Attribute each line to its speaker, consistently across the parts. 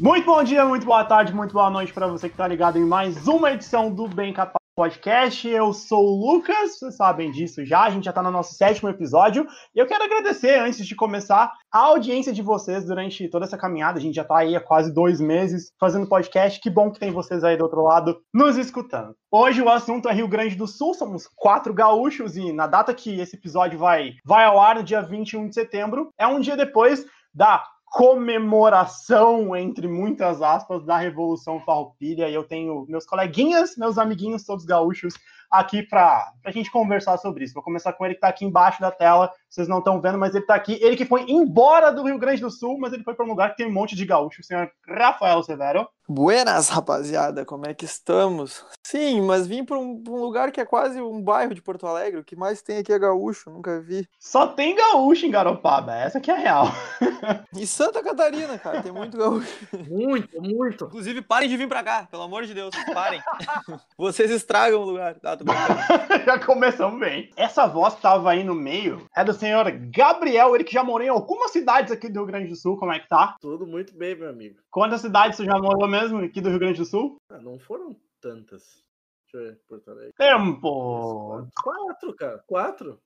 Speaker 1: um,
Speaker 2: bom dia, muito boa tarde, muito boa noite para você que tá ligado em mais uma edição do Bem Capaz Podcast. Eu sou o Lucas, vocês sabem disso já, a gente já tá no nosso sétimo episódio. E eu quero agradecer, antes de começar, a audiência de vocês durante toda essa caminhada. A gente já tá aí há quase dois meses fazendo podcast. Que bom que tem vocês aí do outro lado nos escutando. Hoje o assunto é Rio Grande do Sul, somos quatro gaúchos e na data que esse episódio vai, vai ao ar, no dia 21 de setembro, é um dia depois da comemoração, entre muitas aspas, da Revolução Farroupilha. E eu tenho meus coleguinhas, meus amiguinhos, todos gaúchos, aqui para a gente conversar sobre isso. Vou começar com ele que está aqui embaixo da tela, vocês não estão vendo, mas ele está aqui. Ele que foi embora do Rio Grande do Sul, mas ele foi para um lugar que tem um monte de gaúcho, o senhor Rafael Severo.
Speaker 3: Buenas, rapaziada, como é que estamos? Sim, mas vim para um, pra um lugar que é quase um bairro de Porto Alegre, o que mais tem aqui é gaúcho, nunca vi.
Speaker 2: Só tem gaúcho em Garopaba, essa que é a real.
Speaker 3: E Santa Catarina, cara, tem muito gaúcho.
Speaker 1: Muito, muito.
Speaker 3: Inclusive, parem de vir pra cá, pelo amor de Deus, parem. Vocês estragam o lugar. Ah, tô brincando.
Speaker 2: já começamos bem. Essa voz que tava aí no meio é do senhor Gabriel, ele que já morou em algumas cidades aqui do Rio Grande do Sul, como é que tá?
Speaker 1: Tudo muito bem, meu amigo.
Speaker 2: Quantas cidades você já morou mesmo aqui do Rio Grande do Sul?
Speaker 1: Ah, não foram tantas. Deixa eu ver, Porto Alegre.
Speaker 2: Tempo!
Speaker 1: Quatro, cara. Quatro.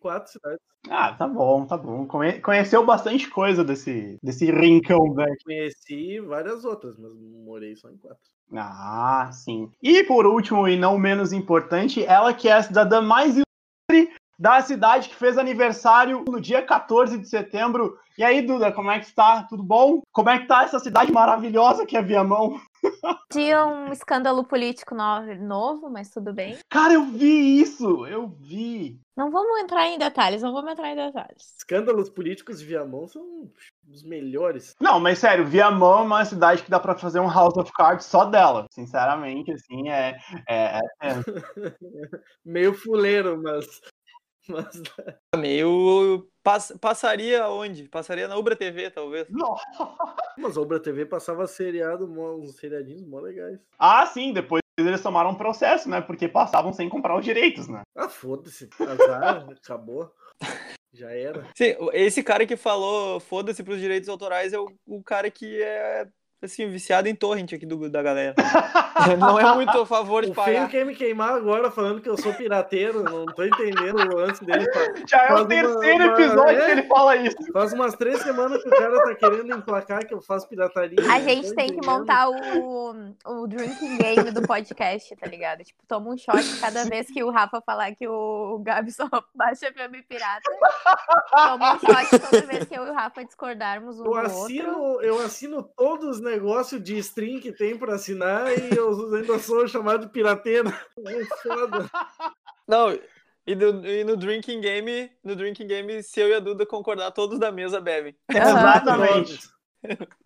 Speaker 1: Quatro cidades.
Speaker 2: Ah, tá bom, tá bom. Conhe- Conheceu bastante coisa desse, desse rincão velho.
Speaker 1: Conheci várias outras, mas morei só em quatro.
Speaker 2: Ah, sim. E por último, e não menos importante, ela que é a cidadã mais ilustre da cidade que fez aniversário no dia 14 de setembro. E aí, Duda, como é que está? Tudo bom? Como é que tá essa cidade maravilhosa que é Viamão?
Speaker 4: Tinha um escândalo político no- novo, mas tudo bem.
Speaker 2: Cara, eu vi isso! Eu vi!
Speaker 4: Não vamos entrar em detalhes, não vamos entrar em detalhes.
Speaker 1: Escândalos políticos de Viamão são os melhores.
Speaker 2: Não, mas sério, Viamão é uma cidade que dá pra fazer um House of Cards só dela. Sinceramente, assim, é. é-
Speaker 1: Meio fuleiro, mas. Mas
Speaker 3: Meio. pass- passaria onde? Passaria na Ubra TV, talvez.
Speaker 2: Nossa.
Speaker 1: Mas a Obra TV passava seriado, mó- uns seriadinhos mó legais.
Speaker 2: Ah, sim, depois eles tomaram um processo, né? Porque passavam sem comprar os direitos, né?
Speaker 1: Ah, foda-se. Azar, acabou. Já era.
Speaker 3: Sim, esse cara que falou foda-se pros direitos autorais é o, o cara que é, assim, viciado em torrent aqui do, da galera. Não é muito a favor de
Speaker 1: O feio
Speaker 3: pagar.
Speaker 1: quer me queimar agora falando que eu sou pirateiro, não tô entendendo o lance dele.
Speaker 2: Já é
Speaker 1: Faz
Speaker 2: o
Speaker 1: uma-
Speaker 2: terceiro
Speaker 1: uma-
Speaker 2: episódio que
Speaker 1: é.
Speaker 2: ele fala isso.
Speaker 1: Faz umas três semanas que o cara tá querendo emplacar que eu faço pirataria.
Speaker 4: A
Speaker 1: é, não
Speaker 4: gente
Speaker 1: tô
Speaker 4: tem que
Speaker 1: entendendo.
Speaker 4: montar o, o drinking game do podcast, tá ligado? Tipo, toma um shot cada vez que o Rafa falar que o Gabi só baixa filme pirata. Toma um shot toda vez que eu e o Rafa discordarmos um
Speaker 1: Eu
Speaker 4: do outro.
Speaker 1: assino, eu assino todos os negócios de stream que tem pra assinar e eu ainda sou chamado de pirateiro. É foda.
Speaker 3: Não, e, do- e no Drinking Game, no Drinking Game, se eu e a Duda concordar, todos da mesa bebem.
Speaker 4: Aham.
Speaker 2: Exatamente.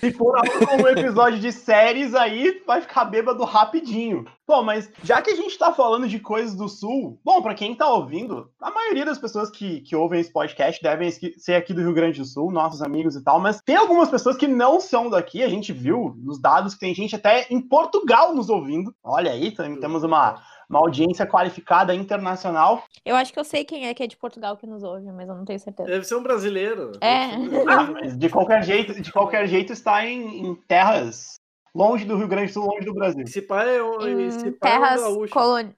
Speaker 2: Se for algo como um episódio de séries aí, vai ficar bêbado rapidinho. Bom, mas já que a gente tá falando de coisas do Sul, bom, pra quem tá ouvindo, a maioria das pessoas que, que ouvem esse podcast devem esqui- ser aqui do Rio Grande do Sul, nossos amigos e tal, mas tem algumas pessoas que não são daqui, a gente viu nos dados que tem gente até em Portugal nos ouvindo. Olha aí, tam- temos uma, uma audiência qualificada internacional.
Speaker 4: Eu acho que eu sei quem é que é de Portugal que nos ouve, mas eu não tenho certeza.
Speaker 1: Deve ser um brasileiro.
Speaker 4: É.
Speaker 2: Ah, mas de qualquer jeito, de qualquer jeito está em, em terras longe do Rio Grande do Sul, longe do Brasil.
Speaker 1: Esse pai é um, esse
Speaker 4: Em
Speaker 1: pai é um
Speaker 4: terras
Speaker 1: gaúcho.
Speaker 4: coloni-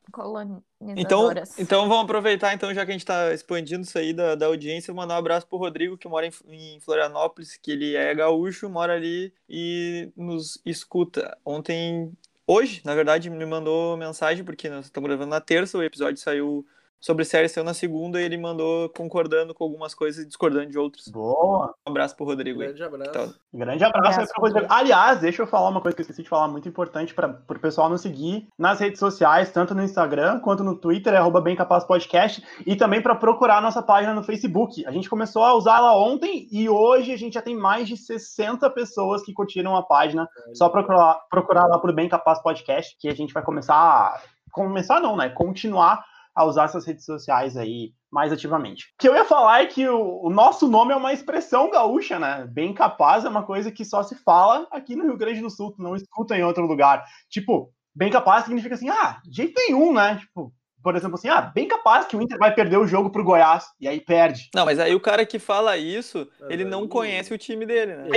Speaker 3: Então,
Speaker 4: colonizadoras.
Speaker 3: então vamos aproveitar, então, já que a gente tá expandindo isso aí da, da audiência, mandar um abraço pro Rodrigo, que mora em, em Florianópolis, que ele é gaúcho, mora ali e nos escuta. Ontem, hoje, na verdade, me mandou mensagem, porque nós estamos gravando na terça, o episódio saiu sobre série, saiu na segunda, e ele mandou concordando com algumas coisas e discordando de outras.
Speaker 2: Boa!
Speaker 3: Um abraço pro Rodrigo aí.
Speaker 1: Grande abraço.
Speaker 3: Então,
Speaker 2: Grande abraço, aí
Speaker 4: Abraço,
Speaker 2: pra Rodrigo. Aliás, deixa eu falar uma coisa que eu esqueci de falar, muito importante para o pessoal nos seguir nas redes sociais, tanto no Instagram quanto no Twitter, é arroba bem capaz podcast, e também para procurar nossa página no Facebook. A gente começou a usá-la ontem e hoje a gente já tem mais de 60 pessoas que curtiram a página. Só procurar, procurar lá por Bem Capaz Podcast, que a gente vai começar. a- Começar não, né? Continuar a usar essas redes sociais aí mais ativamente. O que eu ia falar é que o, o nosso nome é uma expressão gaúcha, né? Bem capaz é uma coisa que só se fala aqui no Rio Grande do Sul, tu não escuta em outro lugar. Tipo, bem capaz significa assim, ah, de jeito nenhum, né? Tipo, por exemplo, assim, ah, bem capaz que o Inter vai perder o jogo pro Goiás, e aí perde.
Speaker 3: Não, mas aí o cara que fala isso,
Speaker 1: Mas
Speaker 3: ele não
Speaker 1: aí-
Speaker 3: conhece o time dele, né?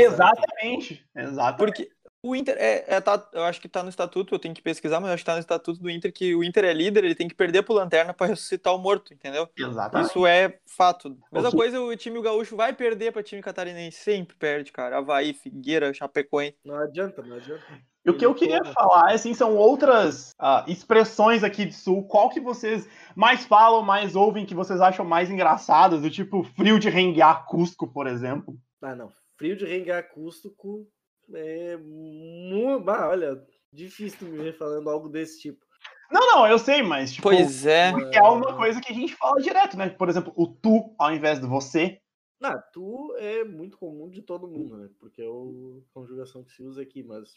Speaker 2: Exatamente. Exatamente.
Speaker 3: Porque o Inter é, é tá- eu acho que tá no estatuto, eu tenho que pesquisar, mas eu acho que tá no estatuto do Inter que o Inter é líder, ele tem que perder pro Lanterna pra ressuscitar o morto, entendeu?
Speaker 2: Exatamente.
Speaker 3: Isso é fato. Mesma
Speaker 2: Ok.
Speaker 3: coisa, o time gaúcho vai perder pra time catarinense, sempre perde, cara. Havaí, Figueira, Chapecoense.
Speaker 1: Não adianta, não adianta.
Speaker 2: E o que eu queria falar, assim, são outras ah, expressões aqui de sul. Qual que vocês mais falam, mais ouvem, que vocês acham mais engraçadas? Do tipo frio de renguear Cusco, por exemplo.
Speaker 1: Ah, não. Frio de rengar acústico é muito. Bah, olha, difícil tu me ver falando algo desse tipo.
Speaker 2: Não, não, eu sei, mas tipo,
Speaker 3: Pois é.
Speaker 2: que é uma coisa que a gente fala direto, né? Por exemplo, o tu ao invés do você.
Speaker 1: Não, tu é muito comum de todo mundo, né? Porque é o- a conjugação que se usa aqui, mas.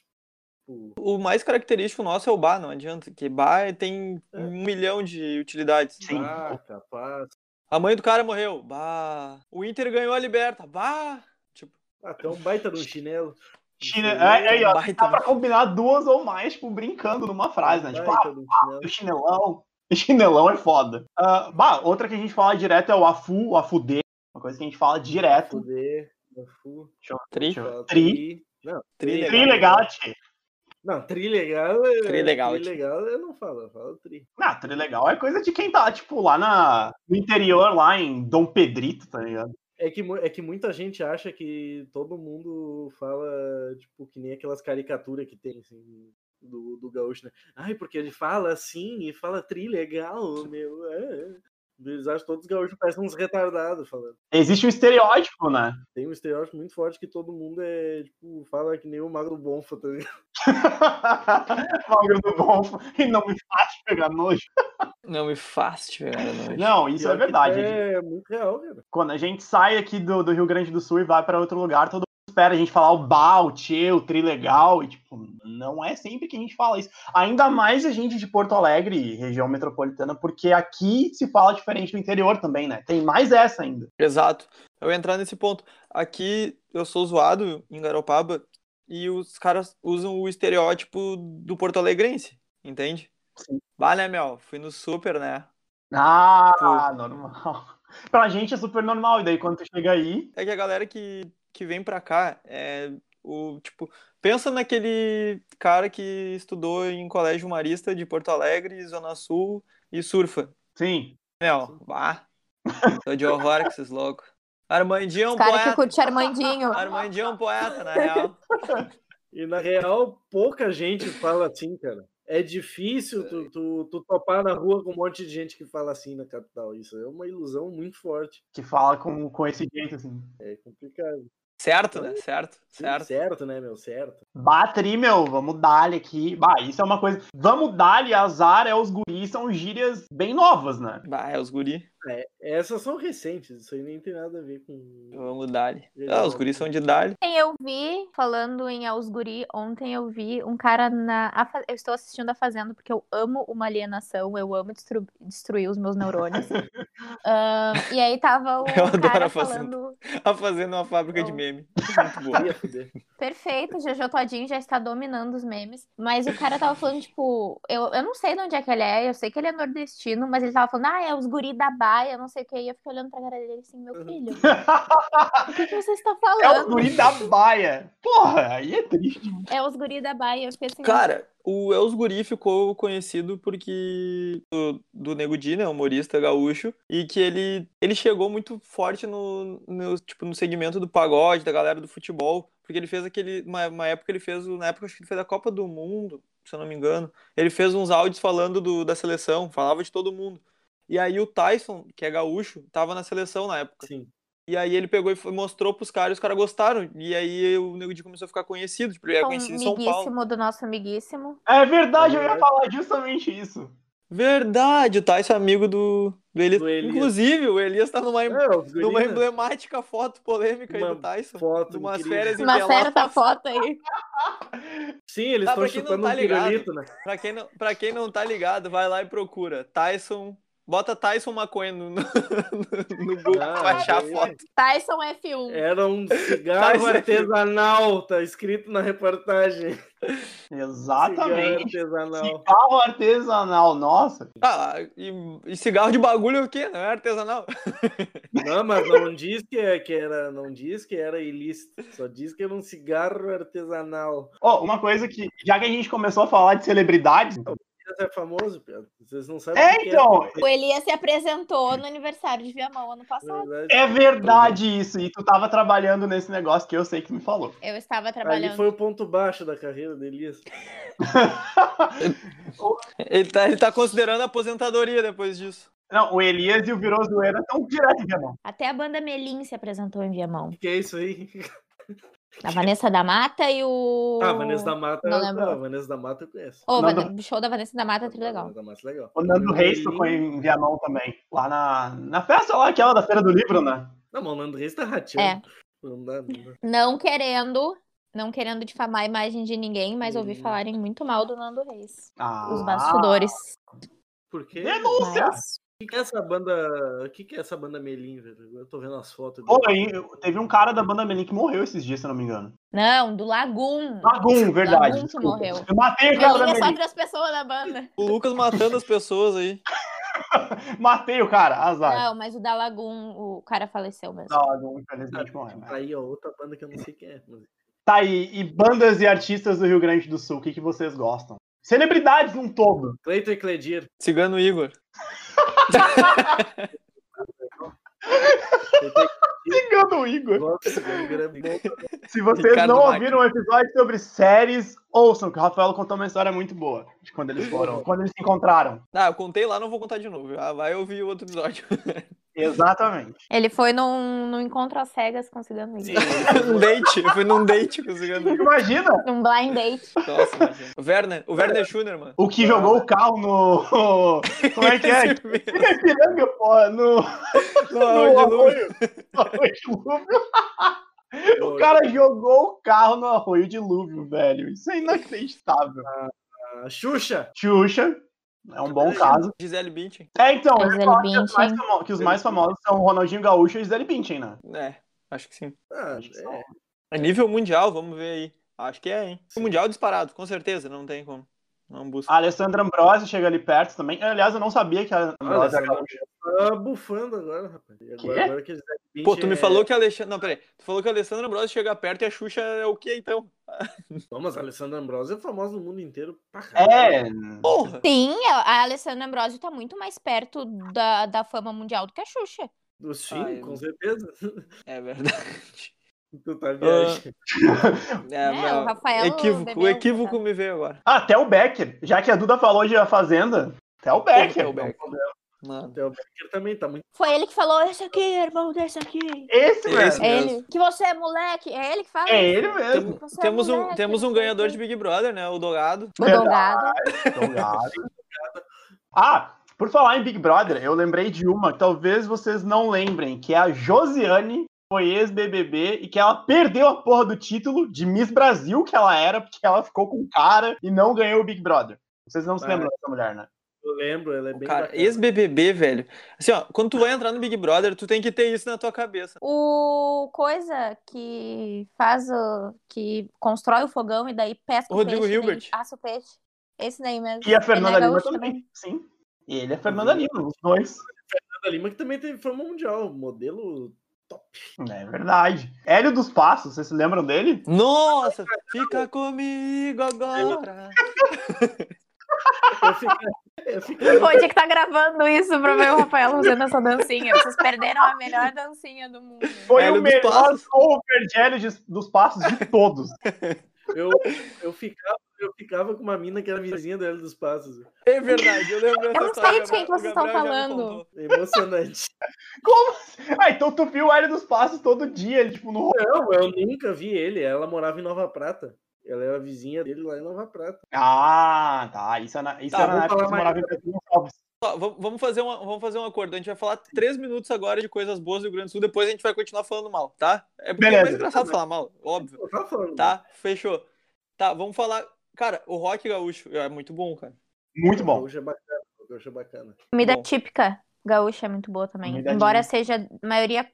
Speaker 1: tipo,
Speaker 3: O mais característico nosso é o bar, não adianta, que bar tem um milhão de utilidades.
Speaker 2: É. Sim.
Speaker 1: Ah, capaz.
Speaker 3: A mãe do cara morreu. Bah. O Inter ganhou a liberta. Bah. Tipo,
Speaker 1: Até um baita de um chinelo.
Speaker 2: Chine... Aí, É, aí, ó, tá
Speaker 3: baita
Speaker 2: dá pra combinar duas ou mais, tipo, brincando numa frase, né? Tipo, ah,
Speaker 1: Baita de um chinelo.
Speaker 2: o chinelão. O chinelão é foda. Ah, bah, outra que a gente fala direto é o afu, o afudê. Uma coisa que a gente fala direto.
Speaker 1: Fuder, fu,
Speaker 3: tri.
Speaker 2: Deixa eu-
Speaker 1: fala
Speaker 2: Tri.
Speaker 1: Não,
Speaker 3: Tri legal.
Speaker 2: Tri legal, tchê.
Speaker 1: não, tri legal. é-
Speaker 3: Tri legal,
Speaker 1: Tri
Speaker 3: tipo.
Speaker 1: legal eu não falo, eu falo tri.
Speaker 2: Não, tri legal é coisa de quem tá, tipo, lá na, no interior, lá em Dom Pedrito, tá ligado?
Speaker 1: É que, mu- é que muita gente acha que todo mundo fala, tipo, que nem aquelas caricaturas que tem, assim, do, do gaúcho, né? Ai, porque ele fala assim e fala tri legal, meu. é. Eles acham que todos os gaúchos parecem uns retardados falando.
Speaker 2: Existe um estereótipo, né?
Speaker 1: Tem um estereótipo muito forte que todo mundo é, tipo, fala que nem o Magro Bonfa, tá ligado?
Speaker 2: Magro Um do bom e não me faz pegar nojo.
Speaker 3: Não me faz, velho. não.
Speaker 2: Não, isso é
Speaker 1: Pior que
Speaker 2: verdade. gente.
Speaker 1: É muito real, cara.
Speaker 2: Quando a gente sai aqui do, do Rio Grande do Sul e vai pra outro lugar, todo mundo espera a gente falar o ba, o tchê, o tri legal. E, tipo, não é sempre que a gente fala isso. Ainda mais a gente de Porto Alegre, e região metropolitana, porque aqui se fala diferente do interior também, né? Tem mais essa ainda.
Speaker 3: Exato. Eu ia entrar nesse ponto. Aqui eu sou zoado em Garopaba e os caras usam o estereótipo do porto alegrense, entende?
Speaker 2: Sim.
Speaker 3: Bah, né, meu? Fui no super, né?
Speaker 2: Ah, normal. Pra gente é super normal. E daí quando tu chega aí.
Speaker 3: É que a galera que, que vem pra cá é o tipo. Pensa naquele cara que estudou em colégio marista de Porto Alegre, Zona Sul e surfa.
Speaker 2: Sim.
Speaker 3: Meu, bah. Tô de horror com esses loucos. Armandinho é um
Speaker 4: Os caras que
Speaker 3: poeta.
Speaker 4: curte Armandinho.
Speaker 3: Armandinho é um poeta, na real.
Speaker 1: E na real, pouca gente fala assim, cara. É difícil tu, tu, tu topar na rua com um monte de gente que fala assim na capital. Isso é uma ilusão muito forte.
Speaker 2: Que fala com, com esse jeito assim.
Speaker 1: É complicado.
Speaker 3: Certo, né? Certo, certo.
Speaker 1: certo né, meu? Certo.
Speaker 2: Batri, meu, vamos dar-lhe aqui. Bah, isso é uma coisa. Vamos dar-lhe, azar é os guris, são gírias bem novas, né?
Speaker 3: Bah, é os guri.
Speaker 1: Essas são recentes, isso aí nem tem nada a ver com.
Speaker 3: Vamos Dali.
Speaker 1: Legal.
Speaker 3: Ah, os guris são de Dali.
Speaker 4: Ontem eu vi, falando em aos guri, ontem eu vi um cara na. a Fa- Eu estou assistindo a Fazenda porque eu amo uma alienação, eu amo destru- destruir os meus neurônios. Ahn, e aí tava o
Speaker 3: Eu adoro
Speaker 4: cara
Speaker 3: a Fazenda.
Speaker 4: falando.
Speaker 3: Tá fazendo uma fábrica de
Speaker 4: Bom.
Speaker 3: meme. Muito boa.
Speaker 1: Ia fuder.
Speaker 4: Perfeito, Jojo Todinho já está dominando os memes. Mas o cara tava falando, tipo, eu, eu não sei de onde é que ele é, eu sei que ele é nordestino, mas ele tava falando, ah, é os guri da baia, não sei o que. E eu fiquei olhando pra cara dele assim,
Speaker 3: Uhum.
Speaker 4: meu filho, o que, que você está
Speaker 2: É o
Speaker 4: falando?
Speaker 2: guri da baia. Porra, aí é triste.
Speaker 4: É os guri da baia, eu fiquei assim.
Speaker 3: Cara, o Els Guri ficou conhecido porque do, do Nego Di, né, humorista gaúcho, e que ele, ele chegou muito forte no, no, tipo, no segmento do pagode, da galera do futebol, porque ele fez aquele, uma, uma época ele fez, o- na época acho que ele fez a Copa do Mundo, se eu não me engano, ele fez uns áudios falando do, da seleção, falava de todo mundo. E aí o Tyson, que é gaúcho, tava na seleção na época.
Speaker 1: Sim.
Speaker 3: E aí ele pegou e foi- mostrou pros caras, e os caras gostaram. E aí o Nego Di começou a ficar conhecido, tipo, ele era
Speaker 4: Com
Speaker 3: conhecido em São Paulo.
Speaker 4: amiguíssimo do nosso amiguíssimo.
Speaker 2: É verdade, eu ia
Speaker 1: É.
Speaker 2: falar justamente isso.
Speaker 3: Verdade, o Tyson é amigo do, do, Elias.
Speaker 1: Do Elias.
Speaker 3: Inclusive, o Elias tá numa, em-
Speaker 1: É, os guri,
Speaker 3: numa
Speaker 1: né?
Speaker 3: emblemática foto polêmica aí
Speaker 1: Uma
Speaker 3: do Tyson.
Speaker 1: Foto,
Speaker 3: De umas
Speaker 1: incrível.
Speaker 3: férias em
Speaker 4: Uma sério
Speaker 3: Pelotas.
Speaker 4: tá foto aí.
Speaker 1: Sim, eles
Speaker 3: Ah,
Speaker 1: estão
Speaker 3: pra quem não
Speaker 1: chutando
Speaker 3: tá
Speaker 1: um
Speaker 3: ligado.
Speaker 1: pirulito, né?
Speaker 3: Pra quem, não, pra quem não tá ligado, vai lá e procura. Tyson Bota Tyson maconha no, no, no, no Google pra achar a
Speaker 1: é.
Speaker 3: foto.
Speaker 4: Tyson F1.
Speaker 1: Era um cigarro
Speaker 3: Tá, isso aí.
Speaker 1: artesanal, tá escrito na reportagem.
Speaker 2: Exatamente.
Speaker 1: Cigarro artesanal.
Speaker 2: Cigarro artesanal, nossa.
Speaker 3: Ah, e, e cigarro de bagulho é o quê? Não é artesanal?
Speaker 1: Não, mas não diz que, é- que era, não diz que era ilícito, só diz que era um cigarro artesanal.
Speaker 2: Ó, uma coisa que, já que a gente começou a falar de celebridades.
Speaker 1: Esse é famoso, Pedro. Vocês não sabem o
Speaker 2: É,
Speaker 1: que
Speaker 2: então,
Speaker 4: O Elias se apresentou no aniversário de Viamão
Speaker 1: É,
Speaker 4: ano
Speaker 1: na
Speaker 4: passado.
Speaker 1: verdade.
Speaker 2: é verdade isso. E tu tava trabalhando nesse negócio que eu sei que tu me falou.
Speaker 4: Eu estava
Speaker 1: Ali
Speaker 4: trabalhando.
Speaker 1: foi o ponto baixo da carreira do Elias.
Speaker 3: Ele tá, ele tá considerando a aposentadoria depois disso.
Speaker 2: Não, o Elias e o Virou Zoeira estão direto, minha mão.
Speaker 4: Até a banda Melim se apresentou em Viamão.
Speaker 1: O que é isso aí?
Speaker 4: A Vanessa da Mata e o.
Speaker 1: Ah, Vanessa da Mata.
Speaker 4: Não lembro.
Speaker 1: Ah, Vanessa da Mata eu conheço.
Speaker 4: Ô,
Speaker 2: Não,
Speaker 4: Vane- O show da Vanessa da Mata é tri legal.
Speaker 1: Vanessa da Mata é legal.
Speaker 2: O Nando Reis tocou em Viamão também. Lá na, na festa lá, aquela da Feira do Livro, né?
Speaker 1: Não, mas o Nando Reis tá rateando.
Speaker 4: É.
Speaker 1: Não dá, não dá.
Speaker 4: Não querendo. Não querendo difamar a imagem de ninguém, mas ouvi
Speaker 1: Hum.
Speaker 4: falarem muito mal do Nando Reis.
Speaker 2: Ah,
Speaker 4: Os bastidores.
Speaker 1: Por quê? O
Speaker 2: Denúncia!
Speaker 4: Mas...
Speaker 1: que, que é essa banda. O que, que é essa banda Melim, velho? Eu tô vendo as fotos.
Speaker 2: Pô,
Speaker 1: dele.
Speaker 2: aí, teve um cara da banda Melim que morreu esses dias, se eu não me engano.
Speaker 4: Não, do Lagum.
Speaker 2: Lagum, verdade.
Speaker 4: Lagum que
Speaker 2: desculpa.
Speaker 4: morreu.
Speaker 2: Eu matei o cara da
Speaker 4: Melim é
Speaker 2: Melim.
Speaker 4: só três pessoas na banda.
Speaker 3: O Lucas matando as pessoas aí.
Speaker 2: Matei o cara, azar.
Speaker 4: Não, mas o da Lagum, o cara faleceu mesmo.
Speaker 2: Não, Lagum, infelizmente morreu. né?
Speaker 1: Ah, tá Aí, ó, outra banda que eu não sei quem é. Mas...
Speaker 2: Tá aí, e bandas e artistas do Rio Grande do Sul, o que, que vocês gostam? Celebridades num todo.
Speaker 1: Cleiton e Cledir.
Speaker 3: Cigano Igor.
Speaker 1: Cleiton e
Speaker 2: Ligando o Igor.
Speaker 1: Cledir. Gosto, o Igor é bom.
Speaker 2: Se vocês
Speaker 3: Ricardo
Speaker 2: não
Speaker 3: Maia.
Speaker 2: ouviram um episódio sobre séries, ouçam, que o Rafael contou uma história muito boa de quando eles foram, quando eles se encontraram.
Speaker 3: Ah, eu contei lá, não vou contar de novo. Ah, vai ouvir o outro episódio.
Speaker 2: Exatamente.
Speaker 4: Ele foi num, num encontro às cegas com o Cigano
Speaker 3: Sim,
Speaker 4: Igor.
Speaker 3: eu fui num date. Eu fui num date com o Cigano Igor.
Speaker 2: Imagina
Speaker 4: Num blind date.
Speaker 3: Nossa, imagina. O Werner, o Werner Schuner, mano.
Speaker 2: o que jogou o carro no. Como é que é?
Speaker 3: Esse mesmo.
Speaker 2: Fica em piranga, porra, no.
Speaker 3: Não,
Speaker 2: no
Speaker 3: é o de Lucas.
Speaker 2: arroio. No arroio dilúvio. O cara jogou o carro no arroio dilúvio, velho. Isso é inacreditável.
Speaker 1: Ah, Xuxa.
Speaker 2: Xuxa. É um bom caso.
Speaker 3: Gisele Bündchen.
Speaker 2: É, então,
Speaker 4: Mas
Speaker 2: eu
Speaker 4: ele
Speaker 2: acho que, as mais
Speaker 4: Bündchen.
Speaker 2: famo- que os mais famosos são o Ronaldinho Gaúcho e o Gisele Bündchen, né?
Speaker 3: É, acho que sim.
Speaker 1: Ah,
Speaker 2: Acho que são.
Speaker 1: é.
Speaker 3: A nível mundial, vamos ver aí. Acho que é, hein? O mundial disparado, com certeza, não tem como. Não busca.
Speaker 2: A Alessandra Ambrosio chega ali perto também. Aliás, eu não sabia que a
Speaker 1: Olha,
Speaker 2: Ambrosio
Speaker 1: essa
Speaker 2: era
Speaker 1: banda
Speaker 2: gaúcha.
Speaker 1: tá bufando agora, rapaz. E Agora,
Speaker 2: Quê?
Speaker 1: agora que eles
Speaker 3: Pô,
Speaker 2: é-
Speaker 3: tu me falou que a Alexandre. Não, peraí. Tu falou que a Alessandra Ambrosio chega perto e a Xuxa é o quê, então?
Speaker 1: Não, mas a Alessandra é, Ambrosio é famosa no mundo inteiro. pra caralho.
Speaker 2: É,
Speaker 3: Porra!
Speaker 4: Sim, a a Alessandra Ambrosio tá muito mais perto da, da fama mundial do que a Xuxa.
Speaker 1: Sim,
Speaker 3: Ah, eu-
Speaker 1: com certeza.
Speaker 3: É verdade.
Speaker 1: Tu
Speaker 3: Ah,
Speaker 1: tá viajando.
Speaker 3: É,
Speaker 4: Né,
Speaker 3: meu,
Speaker 4: o Rafael
Speaker 3: equívoco,
Speaker 4: bebeu, tá?
Speaker 3: o equívoco
Speaker 4: coitado.
Speaker 3: me veio agora.
Speaker 2: Ah, até o Becker. Já que a Duda falou de A Fazenda, até o Becker.
Speaker 3: Até o Becker. Mano.
Speaker 1: Até o Becker também tá muito.
Speaker 4: Foi ele que falou, esse aqui, irmão desse aqui.
Speaker 2: Esse,
Speaker 3: Esse.
Speaker 2: mesmo.
Speaker 4: É
Speaker 3: Mesmo.
Speaker 4: ele. Que você é moleque. É ele que fala.
Speaker 2: É
Speaker 4: isso?
Speaker 2: ele mesmo.
Speaker 4: Você é
Speaker 3: Temos um,
Speaker 4: moleque,
Speaker 3: temos um
Speaker 4: não sei o
Speaker 3: ganhador
Speaker 4: quê.
Speaker 3: de Big Brother, né? O Dogado.
Speaker 4: O Delgado.
Speaker 2: Então, gato. ah, por falar em Big Brother, eu lembrei de uma que talvez vocês não lembrem, que é a Josiane, que foi ex-BBB, e que ela perdeu a porra do título de Miss Brasil que ela era, porque ela ficou com cara e não ganhou o Big Brother. Vocês não se
Speaker 3: É.
Speaker 1: Ah.
Speaker 2: lembram dessa mulher, né?
Speaker 1: Eu lembro, ela é
Speaker 3: O
Speaker 1: bem.
Speaker 3: cara,
Speaker 1: bacana.
Speaker 3: ex-BBB, velho. Assim, ó, quando tu vai entrar no Big Brother, tu tem que ter isso na tua cabeça.
Speaker 4: O coisa que faz o. que constrói o fogão e daí pesca o
Speaker 3: Rodrigo
Speaker 4: peixe.
Speaker 3: Hilbert.
Speaker 4: Daí assa o peixe. Esse daí mesmo.
Speaker 2: E a Fernanda
Speaker 4: Ele é
Speaker 2: Lima
Speaker 4: gaúcho
Speaker 2: também. Sim. E ele é a Fernanda Lima, os dois.
Speaker 1: Fernanda Lima que também teve fama mundial. Modelo.
Speaker 2: É verdade. Hélio dos Passos, vocês se lembram dele?
Speaker 3: Nossa, fica comigo agora.
Speaker 1: Eu fica- eu fica-
Speaker 4: Pô, tinha que tá gravando isso pra ver o Rafael fazendo essa dancinha. Vocês perderam a melhor dancinha do mundo.
Speaker 2: Foi
Speaker 3: Hélio
Speaker 2: o
Speaker 3: dos
Speaker 2: melhor
Speaker 3: Passos.
Speaker 2: cover de Hélio de- dos Passos de todos.
Speaker 1: Eu, eu, ficava, eu ficava com uma mina que era vizinha do Hélio dos Passos.
Speaker 3: É verdade, eu lembro dessa
Speaker 4: Eu não sei
Speaker 3: história,
Speaker 4: de quem que
Speaker 3: o
Speaker 4: vocês estão
Speaker 3: Gabriel já me
Speaker 4: falando.
Speaker 3: contou.
Speaker 1: Emocionante.
Speaker 2: Ah, então tu viu o Hélio dos Passos todo dia, ele, tipo, no.
Speaker 1: Não, eu nunca vi ele. Ela morava em Nova Prata. Ela era vizinha dele lá em Nova Prata.
Speaker 2: Ah, tá. Isso é na, isso
Speaker 3: Tá,
Speaker 2: era na
Speaker 1: vamos
Speaker 2: época
Speaker 1: falar
Speaker 2: que você
Speaker 1: mais
Speaker 2: morava em Pedro Gonçalves.
Speaker 3: Ó, vam- vamos, fazer uma, vamos fazer um acordo. A gente vai falar três minutos agora de coisas boas do Rio Grande do Sul, depois a gente vai continuar falando mal, tá? É porque é mais
Speaker 2: Beleza.
Speaker 3: engraçado falar mal, óbvio.
Speaker 1: Eu tava falando. né?
Speaker 3: Tá? Fechou. Tá, vamos falar. Cara, o rock gaúcho é muito bom, cara.
Speaker 2: Muito bom.
Speaker 1: Hoje é bacana. eu acho bacana.
Speaker 4: Comida
Speaker 3: Bom.
Speaker 4: típica gaúcha é muito boa também.
Speaker 2: Comida
Speaker 4: Embora seja a maioria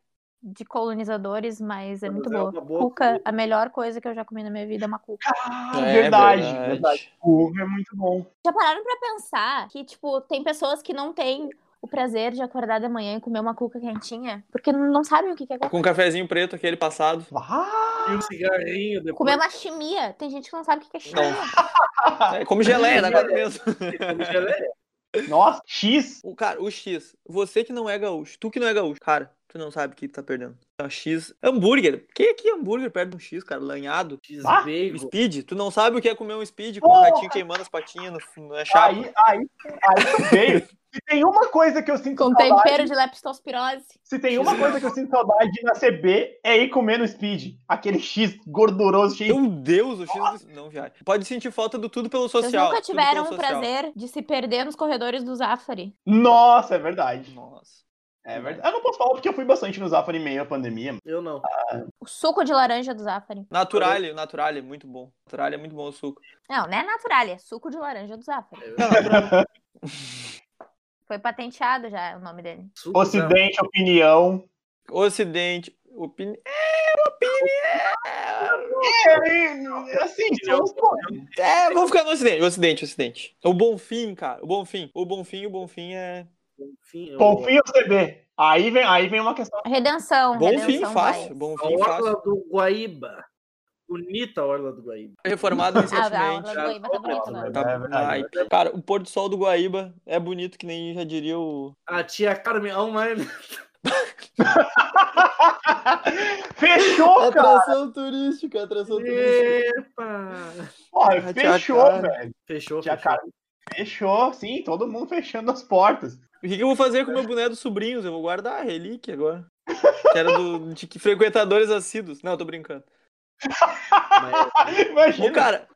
Speaker 4: de colonizadores, mas é
Speaker 1: Mas
Speaker 4: muito
Speaker 1: é
Speaker 4: boa.
Speaker 1: uma boa
Speaker 4: Cuca,
Speaker 1: comida.
Speaker 4: a melhor coisa que eu já comi na minha vida é uma cuca.
Speaker 2: Ah, verdade, verdade. Curva é muito bom.
Speaker 4: Já pararam pra pensar que, tipo, tem pessoas que não têm o prazer de acordar de manhã e comer uma cuca quentinha, porque não sabem o que que é cuca.
Speaker 3: Com um cafezinho preto, aquele passado.
Speaker 2: Ah,
Speaker 1: E um cigarrinho depois.
Speaker 4: Comer uma chimia. Tem gente que não sabe o que que é chimia.
Speaker 3: É, como geleia, dá quase mesmo.
Speaker 1: Como é geleia.
Speaker 2: nossa, X.
Speaker 3: O, cara, o X. Você que não é gaúcho. Tu que não é gaúcho. Cara, tu não sabe o que tu tá perdendo. Então, X. Hambúrguer. Que que hambúrguer perde um X, cara? Lanhado.
Speaker 2: Ah,
Speaker 3: Um
Speaker 1: Desveigo.
Speaker 3: Speed. Tu não sabe o que é comer um speed com o
Speaker 2: Porra!
Speaker 3: ratinho queimando as patinhas no, na chapa.
Speaker 2: Aí, aí, aí veio. Se tem uma coisa que eu sinto
Speaker 4: Com
Speaker 2: saudade,
Speaker 4: tempero de leptospirose.
Speaker 2: se tem uma coisa que eu sinto saudade na CB é ir comer no speed, aquele X gorduroso cheio.
Speaker 3: Meu Deus, o X do... Não, viado. Pode sentir falta do tudo pelo
Speaker 4: Vocês
Speaker 3: social.
Speaker 4: nunca
Speaker 3: tudo
Speaker 4: tiveram
Speaker 3: pelo
Speaker 4: o
Speaker 3: social.
Speaker 4: prazer de se perder nos corredores do Zafari.
Speaker 2: Nossa, é verdade.
Speaker 3: Nossa.
Speaker 2: É verdade. Eu não posso falar porque eu fui bastante no Zafari em meio à pandemia.
Speaker 1: Eu não.
Speaker 2: Ah,
Speaker 4: O suco de laranja do Zafari.
Speaker 3: Naturale, naturale, muito bom. Naturale é muito bom o suco.
Speaker 4: Não, não é natural, é suco de laranja do Zafari.
Speaker 1: É,
Speaker 4: Foi patenteado já o nome dele.
Speaker 1: suco, tá?
Speaker 2: Ocidente, opinião.
Speaker 3: Ocidente. Opini...
Speaker 2: É, assim, se eu
Speaker 3: É, vamos ficar no Ocidente. Ocidente, Ocidente. O Bonfim, cara. O Bonfim. O Bonfim, o Bonfim é.
Speaker 1: Enfim, eu-
Speaker 2: confio no CB. Aí vem, aí vem uma questão.
Speaker 4: Redenção.
Speaker 3: Bonfim
Speaker 4: redenção
Speaker 3: fácil.
Speaker 4: vai.
Speaker 1: A
Speaker 3: Bonfim fácil.
Speaker 1: Orla do Guaíba. Bonita a Orla do Guaíba.
Speaker 3: Reformado
Speaker 4: Ah, a aula
Speaker 3: recentemente.
Speaker 4: do Guaíba tá bonita agora.
Speaker 3: Tá-
Speaker 2: É verdade.
Speaker 3: Ai, cara, o pôr do sol do Guaíba é bonito, que nem já diria o.
Speaker 1: A tia Carmen Almaine.
Speaker 2: Fechou, cara.
Speaker 3: Atração turística, atração
Speaker 1: Epa!
Speaker 2: Porra,
Speaker 3: Tia
Speaker 2: fechou,
Speaker 3: Carmen.
Speaker 2: velho.
Speaker 1: Fechou,
Speaker 2: Tia
Speaker 1: fechou.
Speaker 2: Carmen. Fechou, sim, todo mundo fechando as portas.
Speaker 3: O que, que eu vou fazer com o meu boneco dos sobrinhos? Eu vou guardar a relíquia agora. Que era do, de que frequentadores assíduos. Não, eu tô brincando.
Speaker 1: Mas- é
Speaker 3: Ô,
Speaker 2: Imagina.
Speaker 3: cara,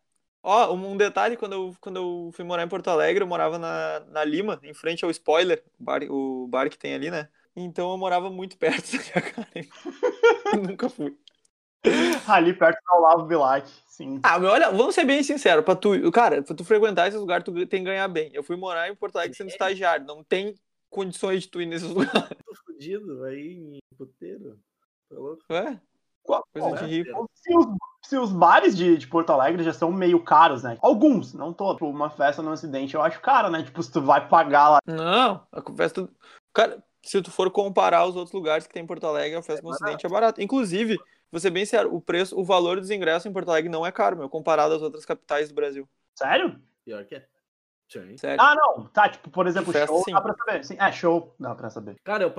Speaker 3: ó, um um detalhe, quando eu, quando eu fui morar em Porto Alegre, eu morava na, na Lima, em frente ao Spoiler, o bar, o bar que tem ali, né? Então eu morava muito perto da Tia Karen. Eu Nunca fui.
Speaker 2: Ali perto do Olavo Bilac, sim.
Speaker 3: Ah, mas olha, vamos ser bem sinceros, pra tu, cara, pra tu frequentar esses lugares, tu tem que ganhar bem. Eu fui morar em Porto Alegre sendo estagiário, não tem condições de tu ir nesses lugares,
Speaker 1: tô fudido aí em puteiro. Tá louco? é
Speaker 3: né?
Speaker 2: Qual-
Speaker 3: Coisa
Speaker 2: bom,
Speaker 3: de rico.
Speaker 2: se, os, se os bares de, de Porto Alegre já são meio caros, né? Alguns, não todos. Tipo, uma festa no Ocidente eu acho cara, né? Tipo, se tu vai pagar lá.
Speaker 3: Não, a festa. Cara, se tu for comparar os outros lugares que tem em Porto Alegre, a festa no Ocidente é barata. Inclusive, vou ser bem sério, o preço, o valor dos ingressos em Porto Alegre não é caro, meu, comparado às outras capitais do Brasil.
Speaker 2: Sério?
Speaker 1: Pior que é. Sim.
Speaker 3: Sério.
Speaker 2: Ah, não. Tá, tipo, por exemplo,
Speaker 3: Festa,
Speaker 2: show
Speaker 3: sim.
Speaker 2: dá pra saber. Sim, é, show dá pra saber.
Speaker 1: Cara, eu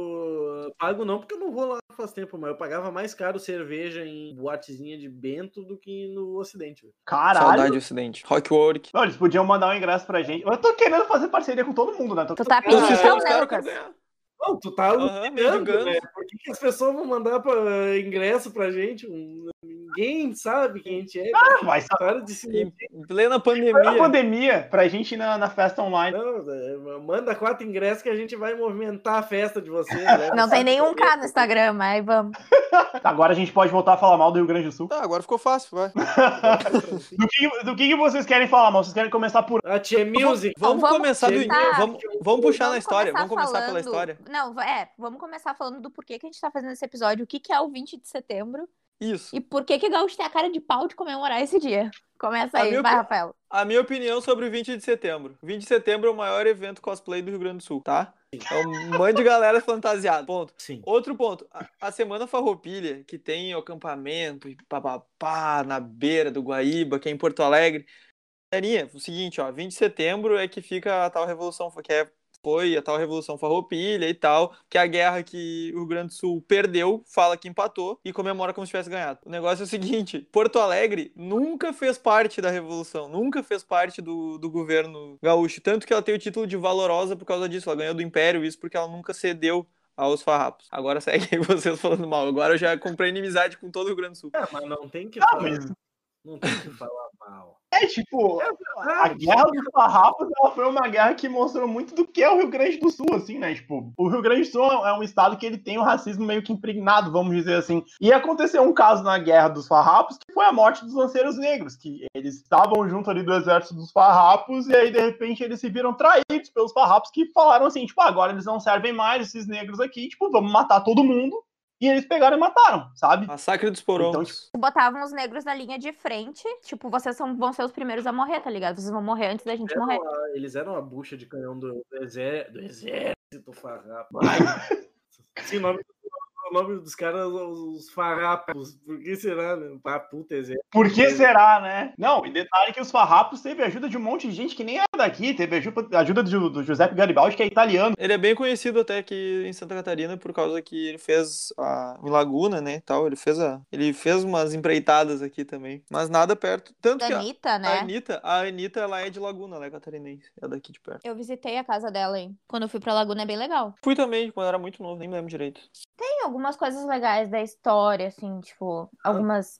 Speaker 1: pago. Pago não, porque eu não vou lá faz tempo, mas eu pagava mais caro cerveja em boatezinha de Bento do que no Ocidente. velho.
Speaker 2: Caralho.
Speaker 3: Saudade do Ocidente. Rockwork.
Speaker 2: Não, eles podiam mandar um ingresso pra gente. Eu tô querendo fazer parceria com todo mundo, né? Tô-
Speaker 4: Tu tá
Speaker 2: Eu-
Speaker 3: Os
Speaker 4: pedindo-
Speaker 3: caras- os
Speaker 4: né,
Speaker 3: caras
Speaker 4: Lucas?
Speaker 3: querem ganhar.
Speaker 1: Não, tu tá
Speaker 3: Aham,
Speaker 1: olhando,
Speaker 3: mendigando.
Speaker 1: né? Por que, que as pessoas vão mandar pra, ingresso pra gente? Um- Ninguém sabe quem a gente é. cara.
Speaker 2: Ah, vai saber.
Speaker 1: Para de se
Speaker 3: Em plena
Speaker 2: Na
Speaker 3: pandemia.
Speaker 2: pandemia, pra gente ir na, na festa online.
Speaker 1: Não, é, manda quatro ingressos que a gente vai movimentar a festa de vocês. né?
Speaker 4: Não tem nenhum K no Instagram, mas vamos.
Speaker 2: Agora a gente pode voltar a falar mal do Rio Grande do Sul.
Speaker 3: Tá, agora ficou fácil, vai.
Speaker 2: Do que, do que, que vocês querem falar mal? Vocês querem começar por.
Speaker 1: A Ah, Tia Music.
Speaker 3: Vamos,
Speaker 4: vamos
Speaker 3: começar do
Speaker 1: começar.
Speaker 3: início. Vamos, vamos puxar na
Speaker 4: Vamos
Speaker 3: história. Vamos começar pela
Speaker 4: falando-
Speaker 3: história.
Speaker 4: Não, é, vamos começar falando do porquê que a gente tá fazendo esse episódio, o que, que é o 20 de setembro
Speaker 3: Isso.
Speaker 4: e por que que o Gaúcho tem a cara de pau de comemorar esse dia. Começa
Speaker 3: A
Speaker 4: aí,
Speaker 3: minha
Speaker 4: vai,
Speaker 3: opi-
Speaker 4: Rafael.
Speaker 3: A minha opinião sobre o 20 de setembro. 20 de setembro é o maior evento cosplay do Rio Grande do Sul, tá? É um monte de galera fantasiada. Ponto.
Speaker 1: Sim.
Speaker 3: Outro ponto. A, a Semana Farroupilha, que tem o acampamento e papapá na beira do Guaíba, que é em Porto Alegre. Galerinha, o seguinte, ó. 20 de setembro é que fica a tal Revolução... Que é, foi a tal Revolução Farroupilha e tal, que é a guerra que o Rio Grande do Sul perdeu, fala que empatou e comemora como se tivesse ganhado. O negócio é o seguinte, Porto Alegre nunca fez parte da Revolução, nunca fez parte do, do governo gaúcho, tanto que ela tem o título de valorosa por causa disso, ela ganhou do Império, isso porque ela nunca cedeu aos farrapos. Agora segue aí vocês falando mal, agora eu já comprei inimizade com todo o Rio Grande do Sul.
Speaker 1: É, Ah, mas não tem que
Speaker 2: Ah,
Speaker 1: falar.
Speaker 2: mas
Speaker 1: Não tem que falar mal.
Speaker 2: É tipo, a
Speaker 1: Ah,
Speaker 2: guerra dos farrapos ela foi uma guerra que mostrou muito do que é o Rio Grande do Sul, assim, né? Tipo, o Rio Grande do Sul é um estado que ele tem o racismo meio que impregnado, vamos dizer assim. E aconteceu um caso na guerra dos farrapos que foi a morte dos lanceiros negros, que eles estavam junto ali do exército dos farrapos e aí de repente eles se viram traídos pelos farrapos que falaram assim, tipo, "Ah, agora eles não servem mais esses negros aqui, tipo, vamos matar todo mundo. E eles pegaram e mataram, sabe?
Speaker 3: Massacre dos Porongos.
Speaker 4: tipo, Botavam os negros na linha de frente. Tipo, vocês são, vão ser os primeiros a morrer, tá ligado? Vocês vão morrer antes da gente
Speaker 1: eram
Speaker 4: morrer. Tipo,
Speaker 1: a- eles eram a bucha de canhão do, do exército, do exército farrapo. Sim, o nome, o nome dos caras, os, os farrapos. Por que será, né? Pra puta exército.
Speaker 2: Por que será, né? Não, e detalhe que os farrapos teve ajuda de um monte de gente que nem era daqui, teve ajuda, ajuda do, do Giuseppe Garibaldi, que é italiano.
Speaker 3: Ele é bem conhecido até aqui em Santa Catarina por causa que ele fez a em Laguna, né, e tal, ele fez a ele fez umas empreitadas aqui também, mas nada perto, tanto
Speaker 4: Da
Speaker 3: que a,
Speaker 4: Anitta,
Speaker 3: a
Speaker 4: né?
Speaker 3: Anitta, a Anitta, ela é de Laguna, ela é catarinense, é daqui de perto.
Speaker 4: Eu visitei a casa dela, hein? Quando eu fui pra Laguna, é bem legal.
Speaker 3: Fui também, quando era muito novo, nem me lembro direito.
Speaker 4: Tem algumas coisas legais da história, assim, tipo, algumas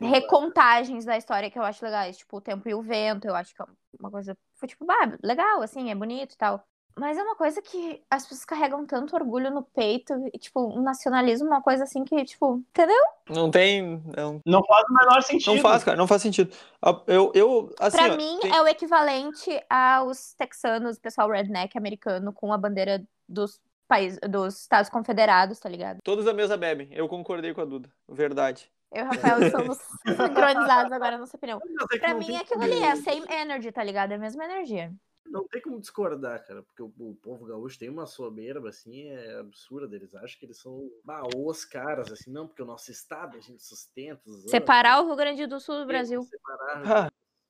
Speaker 1: Ah.
Speaker 4: recontagens da história que eu acho legais, tipo, o tempo e o vento, eu acho que é uma coisa, foi tipo, bah, legal, assim, é bonito e tal. Mas é uma coisa que as pessoas carregam tanto orgulho no peito, e, tipo, um nacionalismo, uma coisa assim que, tipo, entendeu?
Speaker 3: Não tem, é um,
Speaker 2: Não
Speaker 3: não,
Speaker 2: Então faz o menor sentido.
Speaker 3: não faz, cara, não faz sentido. A- Eu eu assim,
Speaker 4: Pra
Speaker 3: ó,
Speaker 4: mim
Speaker 3: tem-
Speaker 4: é o equivalente aos texanos, pessoal redneck americano com a bandeira dos países, dos Estados Confederados, tá ligado?
Speaker 3: todos da mesa bebem. Eu concordei com a Duda, verdade.
Speaker 4: Eu e o Rafael somos sincronizados agora, nossa opinião.
Speaker 1: Mas é que
Speaker 4: Pra
Speaker 1: não
Speaker 4: mim,
Speaker 1: tem
Speaker 4: aquilo
Speaker 1: como-
Speaker 4: ali é a same energy, tá ligado? É a mesma energia.
Speaker 1: Não tem como discordar, cara, porque o, o povo gaúcho tem uma soberba, assim, é absurda. Eles acham que eles são bah, os caras, assim, não, porque o nosso estado a gente sustenta.
Speaker 4: Separar o Rio Grande do Sul do Brasil.
Speaker 1: Separar o
Speaker 3: Ah,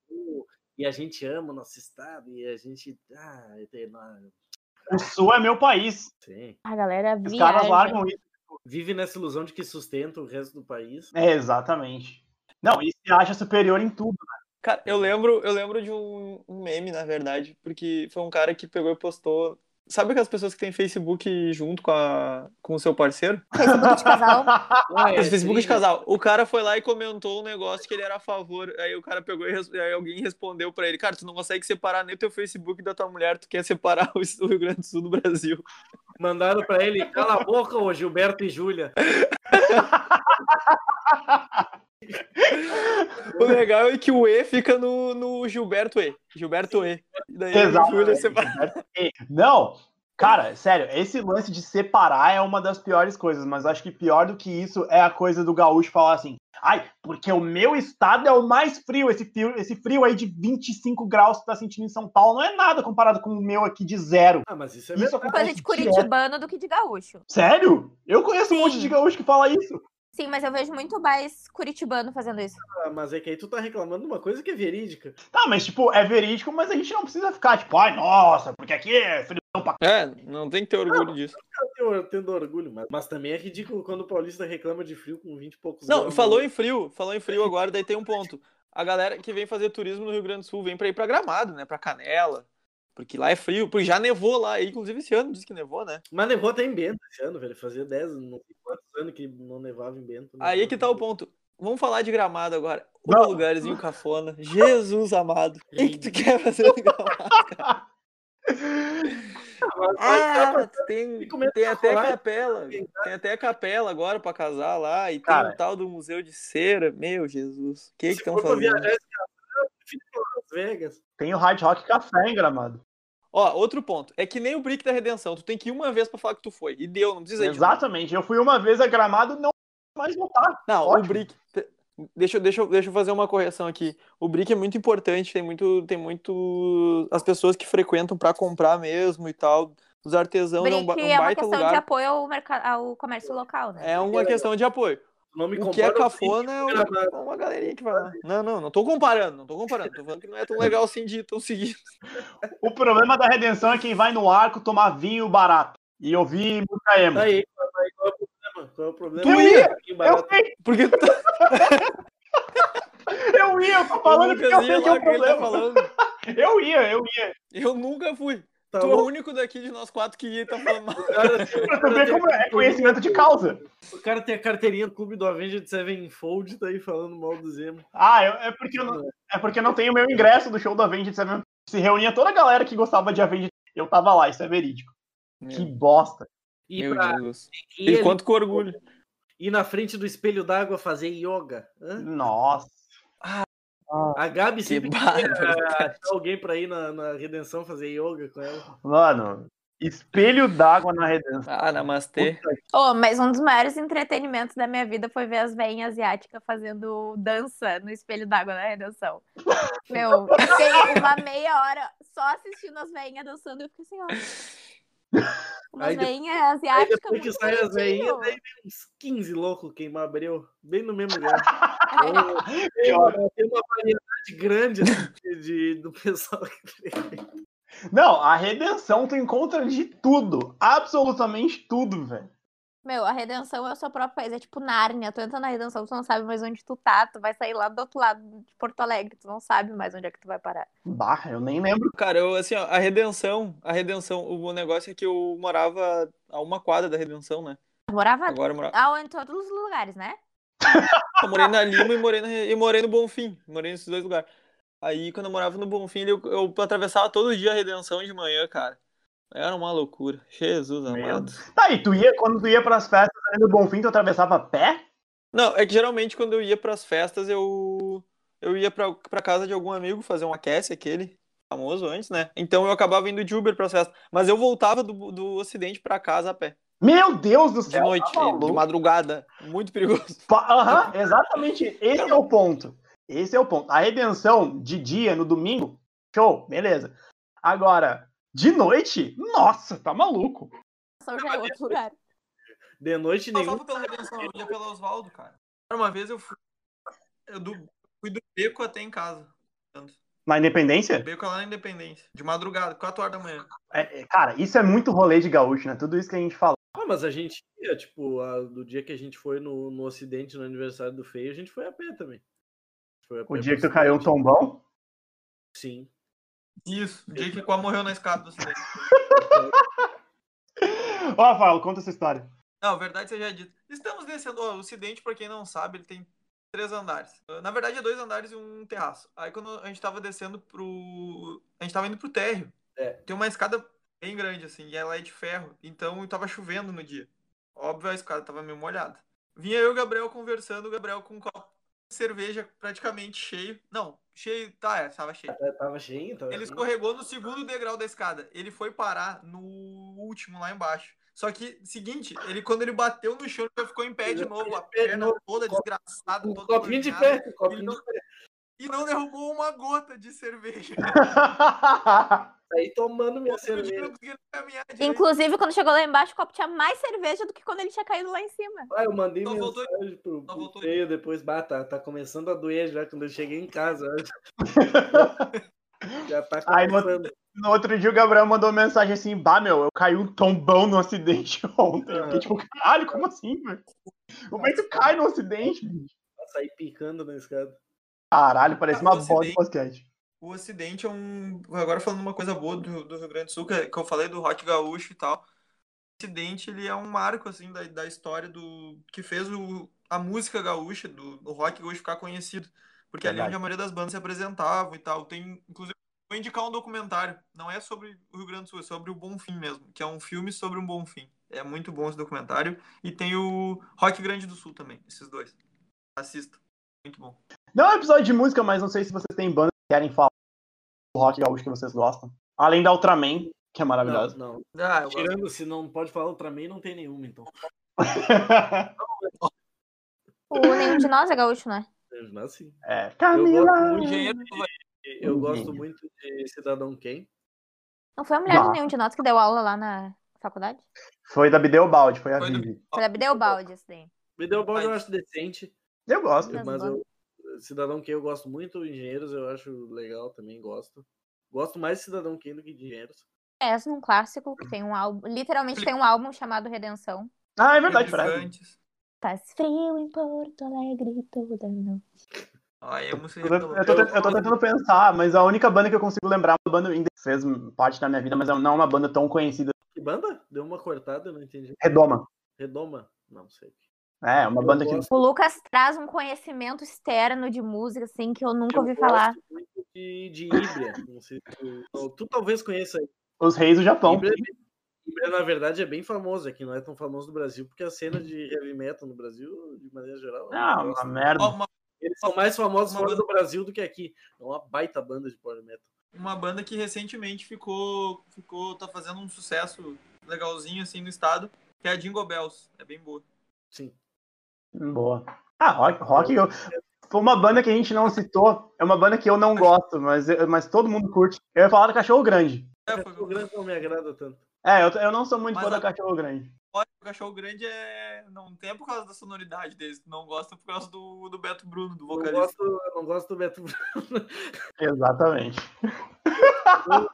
Speaker 1: Sul, e a gente ama o nosso estado, e a gente. Ah, eu tenho- ah,
Speaker 2: O Sul é meu país.
Speaker 1: sim.
Speaker 4: A galera
Speaker 2: Os
Speaker 4: viaja.
Speaker 2: caras largam isso.
Speaker 1: Vive nessa ilusão de que sustenta o resto do país.
Speaker 2: É, exatamente. Não, e se acha superior em tudo.
Speaker 3: Cara,
Speaker 1: Uhum.
Speaker 3: eu lembro, eu lembro de um, um meme, na verdade, porque foi um cara que pegou e postou. Sabe aquelas pessoas que têm Facebook junto com, a, com o seu parceiro?
Speaker 4: Facebook de casal.
Speaker 1: Ah, é,
Speaker 3: Esse Facebook de
Speaker 1: sim, né?
Speaker 3: casal. O cara foi lá e comentou um negócio que ele era a favor. Aí o cara pegou e res- aí alguém respondeu pra ele: Cara, tu não consegue separar nem o teu Facebook da tua mulher, tu quer separar o o Rio Grande do Sul do Brasil.
Speaker 1: Mandaram pra ele, cala a boca, ô Gilberto e Júlia.
Speaker 3: O legal é que o E fica no, no Gilberto E. Gilberto E. E daí
Speaker 2: Exato.
Speaker 3: o Júlio separa.
Speaker 2: né? Não, cara, sério, esse lance de separar é uma das piores coisas, mas acho que pior do que isso é a coisa do gaúcho falar assim. Ai, porque o meu estado é o mais frio. Esse frio, esse frio aí de 25 graus que tá sentindo em São Paulo não é nada comparado com o meu aqui de zero.
Speaker 1: Ah, mas isso é
Speaker 2: Isso
Speaker 1: verdade.
Speaker 2: acontece
Speaker 4: Coisa de
Speaker 2: direto.
Speaker 4: curitibano do que de gaúcho.
Speaker 2: Sério? Eu conheço um
Speaker 4: Sim.
Speaker 2: monte de gaúcho que fala isso.
Speaker 4: Sim, mas eu vejo muito mais curitibano fazendo isso.
Speaker 1: Mas é que aí tu tá reclamando de uma coisa que é verídica.
Speaker 2: Tá, mas tipo, é verídico, mas a gente não precisa ficar tipo, ai, nossa, porque aqui é frio pra
Speaker 3: É, não tem que ter orgulho disso.
Speaker 1: Eu tenho, eu tenho orgulho, mas, mas também é ridículo quando o paulista reclama de frio com 20 e poucos
Speaker 3: Não,
Speaker 1: graus.
Speaker 3: falou em frio, falou em frio agora, daí tem um ponto. A galera que vem fazer turismo no Rio Grande do Sul vem pra ir pra Gramado, né? Pra Canela. Porque lá é frio, porque já nevou lá. E, inclusive esse ano diz que nevou, né?
Speaker 1: Mas nevou até em Bento esse ano, velho. Fazia 10, não sei quantos anos que não nevava em Bento. né?
Speaker 3: Aí é
Speaker 1: nevava
Speaker 3: que
Speaker 1: em
Speaker 3: tá o
Speaker 1: Bento.
Speaker 3: ponto. Vamos falar de Gramado agora. O
Speaker 2: Não.
Speaker 3: lugarzinho cafona. Jesus amado. O que, que tu quer fazer no Gramado? Ah, tem, tem até
Speaker 1: rolar.
Speaker 3: capela. Tem até capela agora pra casar lá. E tem
Speaker 2: Cara.
Speaker 3: um tal do Museu de Cera. Meu Jesus. O que é que
Speaker 1: Se
Speaker 3: estão
Speaker 1: for pra
Speaker 3: fazendo?
Speaker 1: viajar esse tá ano, eu prefiro ir pra Las Vegas.
Speaker 2: Tem o Hard Rock Café em Gramado.
Speaker 3: Ó, outro ponto. É que nem o Brick da Redenção. Tu tem que ir uma vez pra falar que tu foi. E deu, não precisa ir. de novo.
Speaker 2: Exatamente. Eu fui uma vez a Gramado, não mais voltar.
Speaker 3: Não,
Speaker 2: Ótimo.
Speaker 3: o Brick. te- Deixa, eu- deixa, eu- deixa eu fazer uma correção aqui. O Brick é muito importante, tem muito, tem muito. As pessoas que frequentam pra comprar mesmo e tal. Os artesãos é um, ba-
Speaker 4: Brick
Speaker 3: um
Speaker 4: é uma
Speaker 3: baita
Speaker 4: questão de
Speaker 3: lugar.
Speaker 4: apoio ao, merca- ao comércio local, né?
Speaker 3: É uma questão de apoio.
Speaker 1: Não me
Speaker 3: O que é
Speaker 1: compara ao Brit
Speaker 3: cafona é
Speaker 1: de Gramado.
Speaker 3: uma, uma galerinha que vai lá. Não, não, não tô comparando, não tô comparando. Tô falando que não é tão legal assim de tão seguido.
Speaker 2: O problema da redenção é quem vai no arco tomar vinho barato. E ouvir música emo.
Speaker 1: Tá aí, tá aí, qual é o problema? Qual é o problema?
Speaker 2: Tu ia?
Speaker 1: Pouquinho
Speaker 2: Eu
Speaker 1: barato.
Speaker 2: sei,
Speaker 3: Porque tu
Speaker 2: eu ia, eu tô falando que eu
Speaker 3: Lucas
Speaker 2: sei
Speaker 3: ia
Speaker 2: que é
Speaker 3: um lá tá
Speaker 2: o
Speaker 3: que ele tá
Speaker 2: problema.
Speaker 3: falando.
Speaker 2: Eu ia, eu ia.
Speaker 3: Eu nunca fui.
Speaker 1: Tá
Speaker 3: Tu é o
Speaker 1: louco?
Speaker 3: único daqui de nós quatro que tá falando mal.
Speaker 1: O cara, tem- o
Speaker 2: Pra
Speaker 1: cara
Speaker 2: tu ver
Speaker 1: tem-
Speaker 2: como é conhecimento de causa.
Speaker 1: O cara tem a carteirinha do clube do Avenged Sevenfold, tá aí falando mal do Zemo.
Speaker 2: Ah, eu- é porque eu não, é porque eu não tenho meu ingresso do show do Avenged Sevenfold. Se reunia toda a galera que gostava de Avenged. Eu tava lá, isso é verídico. Que bosta.
Speaker 1: E,
Speaker 3: Meu
Speaker 1: pra- é
Speaker 3: Jesus.
Speaker 1: e
Speaker 3: E
Speaker 1: ele-
Speaker 3: quanto com orgulho.
Speaker 1: e na frente do espelho d'água fazer yoga. hã?
Speaker 2: Nossa. Ah,
Speaker 1: A Gabi
Speaker 3: Que
Speaker 1: sempre
Speaker 3: bárbaro.
Speaker 1: achar alguém pra ir na, na redenção fazer yoga com ela.
Speaker 2: Mano, espelho d'água na redenção.
Speaker 3: Ah, namastê.
Speaker 4: Oh, mas um dos maiores entretenimentos da minha vida foi ver as veinhas asiáticas fazendo dança no espelho d'água na redenção. Meu, eu fiquei uma meia hora só assistindo as veinhas dançando e eu fiquei assim, ó.
Speaker 1: Aí
Speaker 4: Umas
Speaker 1: de-
Speaker 4: veinhas
Speaker 1: Aí
Speaker 4: asiáticas.
Speaker 1: depois que
Speaker 4: muito
Speaker 1: sai as veinhas,
Speaker 4: bonitinho.
Speaker 1: daí vem uns 15 loucos queimar breu, bem no mesmo lugar.
Speaker 2: Que
Speaker 1: Tem uma, tem uma variedade grande assim, de, de- do pessoal.
Speaker 2: Não, a redenção tu encontra de tudo. Absolutamente tudo, velho.
Speaker 4: Meu, a redenção é o seu próprio país, é tipo Nárnia. Tu entra na redenção, tu não sabe mais onde tu tá, tu vai sair lá do outro lado de Porto Alegre, tu não sabe mais onde é que tu vai parar.
Speaker 2: Bah, eu nem lembro.
Speaker 3: Cara, eu, assim, ó, a redenção, a redenção, o negócio é que eu morava a uma quadra da redenção, né?
Speaker 4: Eu morava
Speaker 3: Agora eu morava.
Speaker 4: ah, em todos os lugares, né?
Speaker 3: Eu morei na Lima e morei, na, e morei no Bonfim. Morei nesses dois lugares. Aí, quando eu morava no Bonfim, eu, eu atravessava todo dia a redenção de manhã, cara. Era uma loucura. Jesus amado.
Speaker 2: Tá, e tu ia, quando tu ia pras festas ali do Bonfim, tu atravessava a pé?
Speaker 3: Não, é que geralmente quando eu ia pras festas, eu eu ia pra, pra casa de algum amigo fazer um aquece, aquele famoso antes, né? Então eu acabava indo de Uber pras festas. Mas eu voltava do, do Ocidente pra casa a pé.
Speaker 2: Meu Deus do
Speaker 3: De
Speaker 2: céu.
Speaker 3: noite,
Speaker 2: tá maluco?
Speaker 3: de madrugada. Muito perigoso.
Speaker 2: Pa- Aham, exatamente. Esse é o ponto. Esse é o ponto. A redenção de dia, no domingo, show, beleza. Agora, de noite, nossa, tá maluco.
Speaker 4: Só já é outro lugar.
Speaker 1: De noite
Speaker 3: Eu
Speaker 1: nenhum.
Speaker 3: passava pela redenção, eu ia pela Oswaldo, cara. Cara, Uma vez eu fui, eu do- fui do beco até em casa.
Speaker 2: Na
Speaker 3: O
Speaker 2: independência?
Speaker 3: beco é lá na Independência. De madrugada, 4 horas da manhã.
Speaker 2: é- é, cara, isso é muito rolê de gaúcho, né? Tudo isso que a gente fala.
Speaker 1: Ah, mas a gente ia, tipo, a- do dia que a gente foi no, no Ocidente, no aniversário do Feio, a gente foi a pé também. Foi a
Speaker 2: O
Speaker 3: É
Speaker 1: pé
Speaker 2: dia que
Speaker 1: pro
Speaker 2: tu caiu um
Speaker 1: Ocidente.
Speaker 2: tombão.
Speaker 1: Sim.
Speaker 3: Isso, o dia que quase morreu na escada do Ocidente.
Speaker 2: Ó, Rafael, conta essa história.
Speaker 3: Não, verdade seja dita. Estamos descendo. ó, o Ocidente, pra quem não sabe, ele tem três andares. Ah, Na verdade, é dois andares e um terraço. Aí quando a gente tava descendo pro. A gente tava indo pro térreo.
Speaker 1: É.
Speaker 3: Tem uma escada bem grande, assim, e ela é de ferro. Então tava chovendo no dia. Óbvio, a escada tava meio molhada. Vinha eu e o Gabriel conversando, o Gabriel com um copo de cerveja praticamente cheio. Não, cheio, tá, é, tava cheio.
Speaker 1: É, Tava cheio, tava
Speaker 3: Ele
Speaker 1: cheio.
Speaker 3: escorregou no segundo degrau da escada. Ele foi parar no último lá embaixo. Só que, seguinte, ele quando ele bateu no chão, ele já ficou em pé de novo. A perna toda desgraçada,
Speaker 1: Um
Speaker 3: toda
Speaker 1: copinho de
Speaker 3: arranhada,
Speaker 1: pé, um copinho
Speaker 3: não-
Speaker 1: de pé.
Speaker 3: E não derrubou uma gota de cerveja.
Speaker 1: Aí tomando minha
Speaker 3: Eu
Speaker 1: cerveja.
Speaker 3: não conseguia caminhar direito.
Speaker 4: Inclusive, quando chegou lá embaixo, o copo tinha mais cerveja do que quando ele tinha caído lá em cima.
Speaker 1: Ah, eu mandei
Speaker 3: Só voltou-
Speaker 1: mensagem pro,
Speaker 3: só
Speaker 1: pro
Speaker 3: voltou-
Speaker 1: Feio depois. Bah, tá, tá começando a doer já quando eu cheguei em casa. Já tá
Speaker 2: Ai, não-
Speaker 1: começando.
Speaker 2: No outro dia o Gabriel mandou mensagem assim, bah, meu, eu caí um tombão no acidente ontem. Eu fiquei tipo, caralho, como assim, velho? Como é que tu cai no acidente, bicho?
Speaker 1: Saí picando na escada.
Speaker 2: Caralho, parece uma
Speaker 3: Ah, você
Speaker 2: bola de
Speaker 3: bem.
Speaker 2: basquete.
Speaker 3: O Ocidente é um. Agora falando uma coisa boa do, do Rio Grande do Sul, que que eu falei do rock gaúcho e tal. O Ocidente ele é um marco assim da, da história do que fez o, a música gaúcha, do, do rock gaúcho ficar conhecido, porque ali é
Speaker 2: Verdade.
Speaker 3: onde a maioria das bandas se apresentavam e tal. Tem, inclusive, vou indicar um documentário. Não é sobre o Rio Grande do Sul, é sobre o Bonfim mesmo, que é um filme sobre um Bonfim. É muito bom esse documentário e tem o Rock Grande do Sul também, esses dois. Assista, muito bom.
Speaker 2: Não é um episódio de música, mas não sei se vocês têm bandas que querem falar do rock gaúcho que vocês gostam. Além da Ultraman, que é
Speaker 1: Não,
Speaker 2: maravilhosa.
Speaker 1: não.
Speaker 3: Ah, eu gosto.
Speaker 1: Tirando, se não pode falar Ultraman, não tem nenhuma, então.
Speaker 4: O nenhum de nós é gaúcho, né?
Speaker 1: Eu já sim.
Speaker 2: é,
Speaker 1: Eu
Speaker 2: Camila.
Speaker 1: gosto muito
Speaker 3: Engenheiro
Speaker 1: de, eu gosto muito de Cidadão Quem.
Speaker 4: Não foi a mulher
Speaker 2: Não.
Speaker 4: do nenhum de nós que deu aula lá na faculdade?
Speaker 2: Foi da Bideobaldi, foi a
Speaker 3: Foi do-
Speaker 2: Vivi.
Speaker 4: Foi a Bideobaldi, esse daí.
Speaker 1: Me deu um bom, eu
Speaker 3: Mas-
Speaker 1: acho decente,
Speaker 2: Eu gosto.
Speaker 4: Das
Speaker 1: mas eu, Cidadão Quem eu gosto muito, Engenheiros eu acho legal também, gosto. Gosto mais de Cidadão Quem do que de Engenheiros.
Speaker 4: É, um clássico que tem um álbum. Literalmente tem um álbum chamado Redenção.
Speaker 2: Ah, é verdade,
Speaker 3: Fernandes.
Speaker 2: Fred.
Speaker 4: Faz frio em Porto Alegre toda noite.
Speaker 3: Ai, eu, não sei,
Speaker 2: Eu tô, eu tô tent- eu tô tentando pensar, mas a única banda que eu consigo lembrar, é uma banda ainda fez parte da minha vida, mas não é uma banda tão conhecida.
Speaker 1: Que banda? Deu uma cortada, eu não entendi.
Speaker 2: Redoma.
Speaker 1: Redoma? Não sei.
Speaker 2: É, uma
Speaker 1: Eu
Speaker 2: banda que.
Speaker 1: gosto-
Speaker 4: O Lucas traz um conhecimento externo de música, assim, que eu nunca
Speaker 1: eu
Speaker 4: ouvi
Speaker 1: gosto
Speaker 4: falar.
Speaker 1: muito De, de Ibria. Não sei se tu, não, tu talvez conheça
Speaker 2: Os Reis do Japão.
Speaker 1: Ibra, é bem- Ibra, na verdade, é bem famoso aqui, não é tão famoso no Brasil, porque a cena de heavy metal no Brasil, de maneira geral,
Speaker 2: Ah,
Speaker 1: não
Speaker 2: uma
Speaker 1: gosta.
Speaker 2: merda.
Speaker 3: uma,
Speaker 1: eles são mais famosos
Speaker 3: uma
Speaker 1: fora
Speaker 3: banda-
Speaker 1: do Brasil do que aqui. É uma baita banda de power metal.
Speaker 3: uma banda que recentemente ficou, ficou. tá fazendo um sucesso legalzinho assim no estado, que é a Jingle Bells. É bem boa.
Speaker 1: Sim.
Speaker 2: Boa. Ah, rock, rock eu... foi uma banda que a gente não citou. É uma banda que eu não gosto, mas, eu- mas todo mundo curte. Eu ia falar do Cachorro Grande.
Speaker 3: É, foi-
Speaker 1: O grande não me agrada tanto.
Speaker 2: É, eu, eu não sou muito
Speaker 3: Mas
Speaker 2: fã
Speaker 3: a-
Speaker 2: da Cachorro Grande.
Speaker 3: Olha, o um cachorro grande é. Não tem por causa da sonoridade deles. tu Não gosta por causa do, do Beto Bruno, do
Speaker 1: Não
Speaker 3: vocalista.
Speaker 1: gosto, eu não gosto do Beto Bruno.
Speaker 2: Exatamente.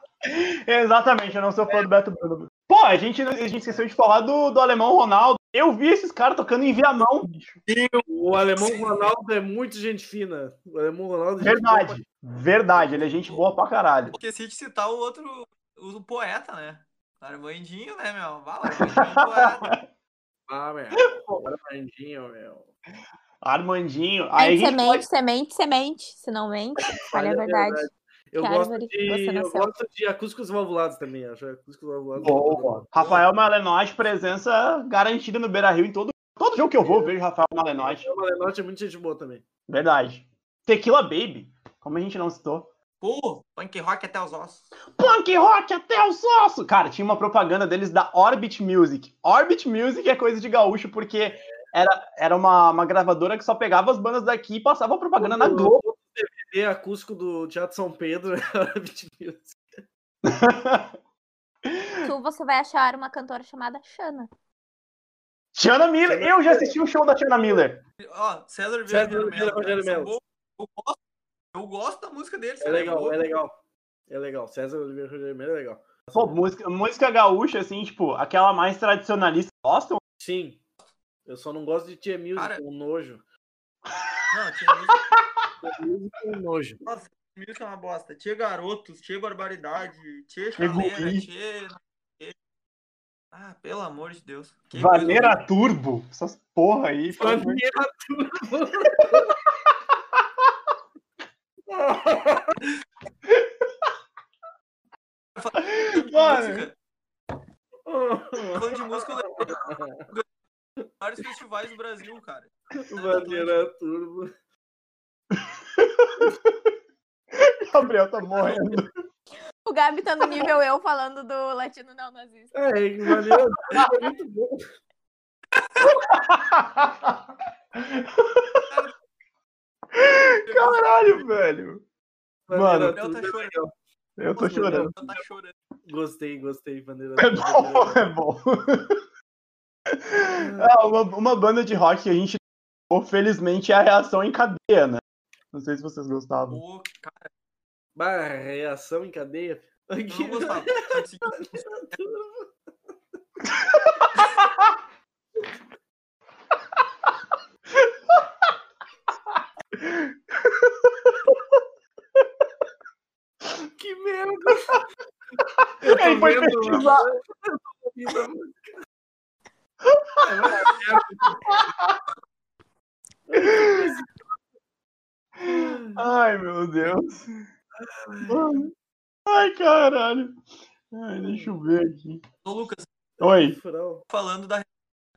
Speaker 2: Exatamente, eu não sou fã do Beto Bruno. Pô, a gente, a gente esqueceu de falar do, do alemão Ronaldo. Eu vi esses caras tocando em Viamão, bicho.
Speaker 1: O alemão Ronaldo é muito gente fina. O alemão Ronaldo é gente boa
Speaker 2: Verdade. Verdade, ele é gente boa pra caralho.
Speaker 3: Esqueci de citar o outro. O poeta, né? Armandinho, né, meu? Vai, Armandinho é um poeta.
Speaker 1: pra- Ah, meu. Armandinho, meu.
Speaker 2: Armandinho. Aí a
Speaker 4: Gente,
Speaker 2: gente
Speaker 4: semente,
Speaker 2: pode...
Speaker 4: semente, semente. Se não mente,
Speaker 1: Olha
Speaker 4: olha a
Speaker 1: a
Speaker 4: verdade.
Speaker 1: Eu
Speaker 4: Que
Speaker 1: gosto,
Speaker 4: árvore que você
Speaker 1: de, eu
Speaker 4: nasceu.
Speaker 1: gosto de acústicos valvulados também. Acho acústicos valvulados.
Speaker 2: Boa. Rafael Malenotti, presença garantida no Beira Rio em todo. Todo jogo que eu vou, eu vejo Rafael Malenotti.
Speaker 1: O Malenotti é muito gente boa também.
Speaker 2: Verdade. Tequila Baby, como a gente não citou.
Speaker 3: Pô, punk rock até os ossos.
Speaker 2: Punk rock até o soço! Cara, tinha uma propaganda deles da Orbit Music. Orbit Music é coisa de gaúcho, porque era, era uma, uma gravadora que só pegava as bandas daqui e passava
Speaker 4: Ah,
Speaker 2: propaganda na
Speaker 1: O-
Speaker 2: Globo.
Speaker 1: o DVD acústico do Teatro São Pedro. é era 20 mil.
Speaker 4: Tu, você vai achar uma cantora chamada Xana.
Speaker 2: Tiana Miller, eu já assisti o show da Tiana Miller.
Speaker 3: Ó, César
Speaker 1: César
Speaker 3: Vieira
Speaker 1: Vieira
Speaker 3: Melo.
Speaker 1: Rogério
Speaker 3: cara, são
Speaker 1: Melo.
Speaker 3: bons. Eu gosto, eu gosto da música deles.
Speaker 1: É
Speaker 3: cara,
Speaker 1: legal,
Speaker 3: boa.
Speaker 1: é legal. É legal. César Oliveira Vermelho é legal.
Speaker 2: Pô, música, música gaúcha, assim, tipo, aquela mais tradicionalista. Gostam?
Speaker 1: Sim. Eu só não gosto de Tia Music,
Speaker 3: Cara-
Speaker 1: é um nojo.
Speaker 3: Não, tinha música,
Speaker 1: Tia Music é um nojo.
Speaker 3: música é uma bosta. Tinha garotos, tinha barbaridade, tinha
Speaker 2: Tinha
Speaker 3: chaleira,
Speaker 2: guri.
Speaker 3: tinha. tinha- Ah, pelo amor de Deus. Que coisa horrível. é
Speaker 2: Vaneira Turbo, essas porra aí. pelo amor de
Speaker 1: Vaneira Turbo.
Speaker 2: Mano.
Speaker 3: Música. Falando de música, eu lembrei de vários festivais do Brasil, cara.
Speaker 1: Vaneira Turbo.
Speaker 2: Deus, Gabriel tá morrendo.
Speaker 4: O Gabi tá no nível eu falando do latino não nazista.
Speaker 1: É, Vaneira Turbo é muito bom.
Speaker 2: Caralho, velho. Mano.
Speaker 3: O Gabriel
Speaker 1: Turbo
Speaker 3: tá
Speaker 1: é
Speaker 3: chorando.
Speaker 1: legal.
Speaker 2: Eu tô chorando.
Speaker 3: O Gabriel tá chorando.
Speaker 1: Gostei, gostei, Vaneira
Speaker 2: É
Speaker 1: Turbo.
Speaker 2: bom, é bom. Ah, uma, uma banda de rock que a gente ou felizmente é a reação em cadeia, né? Não sei se vocês gostavam.
Speaker 3: Pô, cara,
Speaker 1: Bah, reação em cadeia.
Speaker 3: eu não
Speaker 1: Aqui,
Speaker 3: gostava.
Speaker 1: que merda.
Speaker 2: Ele foi
Speaker 1: vendo,
Speaker 2: pesquisar.
Speaker 3: É,
Speaker 2: Ai, meu Deus. Ai, caralho. Ai, deixa eu ver aqui.
Speaker 3: Ô, Lucas,
Speaker 2: Oi.
Speaker 1: Furão.
Speaker 3: falando da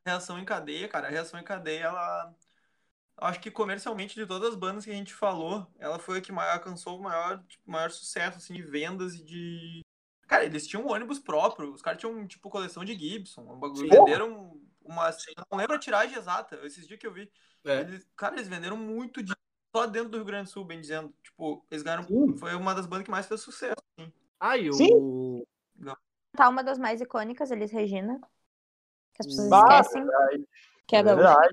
Speaker 3: reação em cadeia, cara, a reação em cadeia, ela. Acho que comercialmente, de todas as bandas que a gente falou, ela foi a que mai- alcançou o maior, tipo, maior sucesso, assim, de vendas e de. Cara, eles tinham um ônibus próprio, os caras tinham, tipo, coleção de Gibson, um
Speaker 1: Sim.
Speaker 3: bagulho, venderam uma. assim, Não lembro a tiragem exata, esses dias que eu vi.
Speaker 1: É.
Speaker 3: Eles, cara, eles venderam muito de só dentro do Rio Grande do Sul, bem dizendo. Tipo, eles ganharam.
Speaker 2: Sim.
Speaker 3: Foi uma das bandas que mais fez sucesso.
Speaker 1: Ai,
Speaker 2: Sim.
Speaker 1: o...
Speaker 4: Tá uma das mais icônicas, Elis Regina. Que as pessoas
Speaker 2: Bah,
Speaker 4: esquecem. Que é gaúcha.
Speaker 2: Verdade.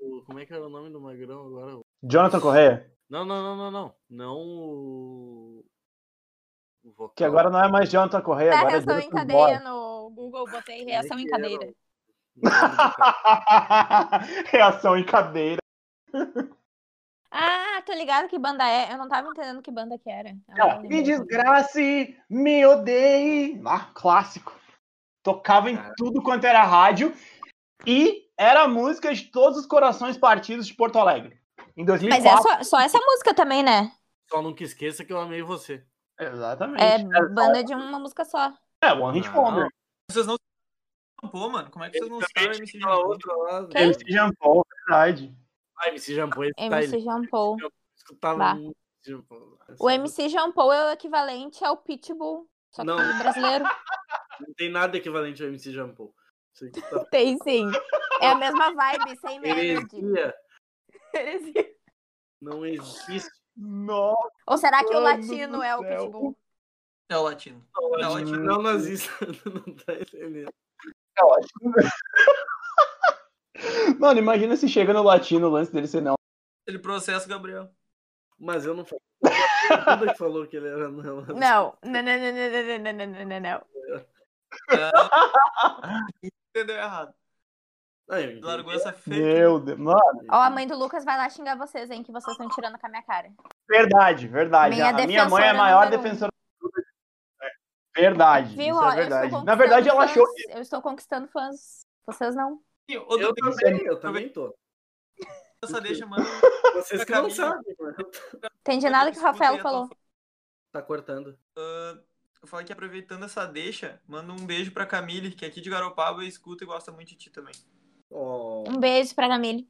Speaker 1: o- Como é que era o nome do magrão agora?
Speaker 2: Jonathan Correia,
Speaker 1: Não, não, não, não, não. Não o... o vocal.
Speaker 2: que agora não é mais Jonathan Correia,
Speaker 4: Tá
Speaker 2: agora é
Speaker 4: reação em
Speaker 2: Jonathan
Speaker 4: cadeia
Speaker 2: Bora.
Speaker 4: no Google, botei
Speaker 1: Como é
Speaker 4: reação
Speaker 1: que
Speaker 4: em
Speaker 1: era
Speaker 4: cadeira.
Speaker 1: o-
Speaker 2: Reação em cadeira.
Speaker 4: Ah, tô ligado que banda é. Eu não tava entendendo que banda que era. Ah,
Speaker 2: Ela,
Speaker 4: lembrei.
Speaker 2: me desgrace, me odeie. Ah, clássico. Tocava em
Speaker 1: Cara.
Speaker 2: tudo quanto era rádio. E era a música de todos os corações partidos de Porto Alegre. Em
Speaker 4: Mas é
Speaker 2: 2004.
Speaker 4: só, só essa música também, né?
Speaker 1: Só nunca esqueça que eu amei você.
Speaker 2: Exatamente.
Speaker 4: É
Speaker 2: Era só-
Speaker 4: banda de uma música só.
Speaker 2: É, One Hit
Speaker 1: Não.
Speaker 2: Wonder.
Speaker 3: Vocês não Pô, mano, como é que vocês não sabem
Speaker 1: Também
Speaker 3: MC
Speaker 1: tinha a outra lá.
Speaker 4: Quem?
Speaker 2: MC Jean Paul, é verdade.
Speaker 1: Ah, MC Jampô, esse tá
Speaker 4: MC
Speaker 1: ele.
Speaker 4: Jean Paul. Bah.
Speaker 1: Escutava muito MC Jampô.
Speaker 4: O MC Jean Paul é o equivalente ao Pitbull. Só que
Speaker 1: Não.
Speaker 4: brasileiro
Speaker 1: Não tem nada equivalente ao MC Jampô. Isso aí tá-
Speaker 4: tem sim. É a mesma vibe, sem melody.
Speaker 1: Heresia. Não existe.
Speaker 2: Nossa,
Speaker 4: Ou será que o
Speaker 2: Mano do
Speaker 4: latino é o
Speaker 2: céu.
Speaker 4: Pitbull?
Speaker 3: É o latino.
Speaker 1: Não,
Speaker 3: Não,
Speaker 1: não nazista. Não tá entendendo.
Speaker 2: é ótimo. Mano, imagina se chega no latino o lance dele ser não.
Speaker 3: Ele processa o Gabriel.
Speaker 1: Mas eu não falei. A Duda que falou que ele era não. é um
Speaker 4: Não, não, não, não, não, não, não, não, não, não, não.
Speaker 3: É. Entendeu errado.
Speaker 1: Ah, eu
Speaker 3: Ele
Speaker 1: entendi.
Speaker 3: Largou essa fake.
Speaker 2: Meu Deus. Mano,
Speaker 4: Ó, a mãe do Lucas vai lá xingar vocês, hein, que vocês estão tirando com a minha cara.
Speaker 2: verdade, verdade.
Speaker 4: Minha
Speaker 2: a minha mãe é a
Speaker 4: defensora
Speaker 2: maior
Speaker 4: número um.
Speaker 2: defensora do mundo. É, Verdade.
Speaker 4: Viu?
Speaker 2: isso é
Speaker 4: Ó, eu estou
Speaker 2: verdade. Na verdade, ela achou.
Speaker 4: conquistando fãs. Eu estou conquistando fãs. Vocês não.
Speaker 3: Ô,
Speaker 1: Eu
Speaker 3: Dudu,
Speaker 1: também, eu também tô.
Speaker 3: essa deixa, mano.
Speaker 1: Vocês
Speaker 3: Tá
Speaker 1: que não
Speaker 3: caminho.
Speaker 1: sabem, mano.
Speaker 4: Entendi nada que o Rafael falou.
Speaker 1: Tá cortando.
Speaker 3: Ah, eu falo que aproveitando essa deixa, manda um beijo pra Camille, que é aqui de Garopaba e escuta e gosta muito de ti também.
Speaker 1: Ó,
Speaker 4: Um beijo pra Camille.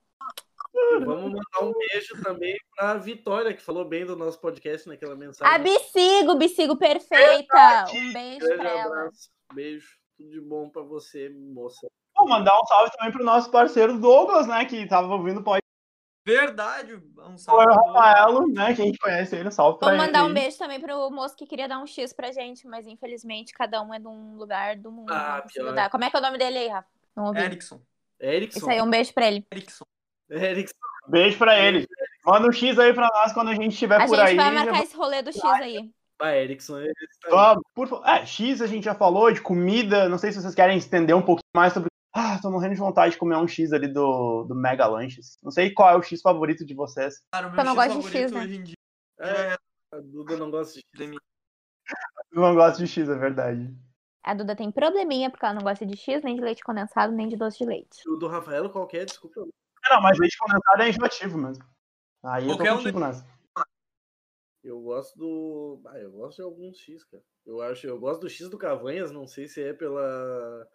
Speaker 1: e vamos mandar um beijo também pra Vitória, que falou bem do nosso podcast naquela
Speaker 2: Tá
Speaker 1: mensagem.
Speaker 4: A Bicigo, Bicigo perfeita. Um beijo
Speaker 1: Grande
Speaker 4: pra ela.
Speaker 1: abraço, beijo, tudo de bom pra você, moça.
Speaker 2: Vou mandar um salve também pro nosso parceiro Douglas, né? Que tava ouvindo o podcast.
Speaker 3: Verdade,
Speaker 2: Foi
Speaker 3: um salve.
Speaker 2: o Rafaelo, né? Que a gente conhece ele. Um salve pra
Speaker 4: Vou mandar
Speaker 2: ele.
Speaker 4: um beijo também pro moço que queria dar um X pra gente, mas infelizmente cada um é de um lugar do mundo.
Speaker 1: Ah,
Speaker 4: não consigo
Speaker 1: pior.
Speaker 4: dar. Como é que é o nome dele aí, Rafa? Não ouvi.
Speaker 3: Erickson.
Speaker 4: Isso
Speaker 1: Erickson.
Speaker 4: aí, um beijo pra ele.
Speaker 3: Erickson.
Speaker 1: Erickson.
Speaker 2: Beijo pra ele. Manda um X aí pra nós quando a gente estiver
Speaker 4: A
Speaker 2: É por
Speaker 4: gente
Speaker 2: aí. né?
Speaker 4: vai
Speaker 2: já
Speaker 4: marcar esse rolê do X aí.
Speaker 1: Ah, Erickson. ele está aí.
Speaker 2: Vamos, por favor. É, X a gente já falou, de comida. Não sei se vocês querem estender um pouquinho mais sobre. Ah, tô morrendo de vontade de comer um X ali do, do Mega Lanches. Não sei qual é o X favorito de vocês.
Speaker 3: Cara, o meu
Speaker 4: Eu não
Speaker 3: X
Speaker 4: gosto de
Speaker 3: favorito
Speaker 4: X, né?
Speaker 3: hoje em dia
Speaker 1: É, a Duda não gosta de
Speaker 3: é mim.
Speaker 2: Eu não gosto de X, é verdade.
Speaker 4: A Duda tem probleminha porque ela não gosta de X, nem de leite condensado, nem de doce de leite.
Speaker 1: o do Rafael qualquer, desculpa.
Speaker 2: É, Não, mas leite condensado é enjoativo mesmo. Aí eu
Speaker 3: Qualquer
Speaker 2: tô
Speaker 3: um
Speaker 2: contigo nessa.
Speaker 1: Eu gosto do. Ah, eu gosto de alguns X, cara. Eu acho, eu gosto do X do Cavanhas, não sei se é pela.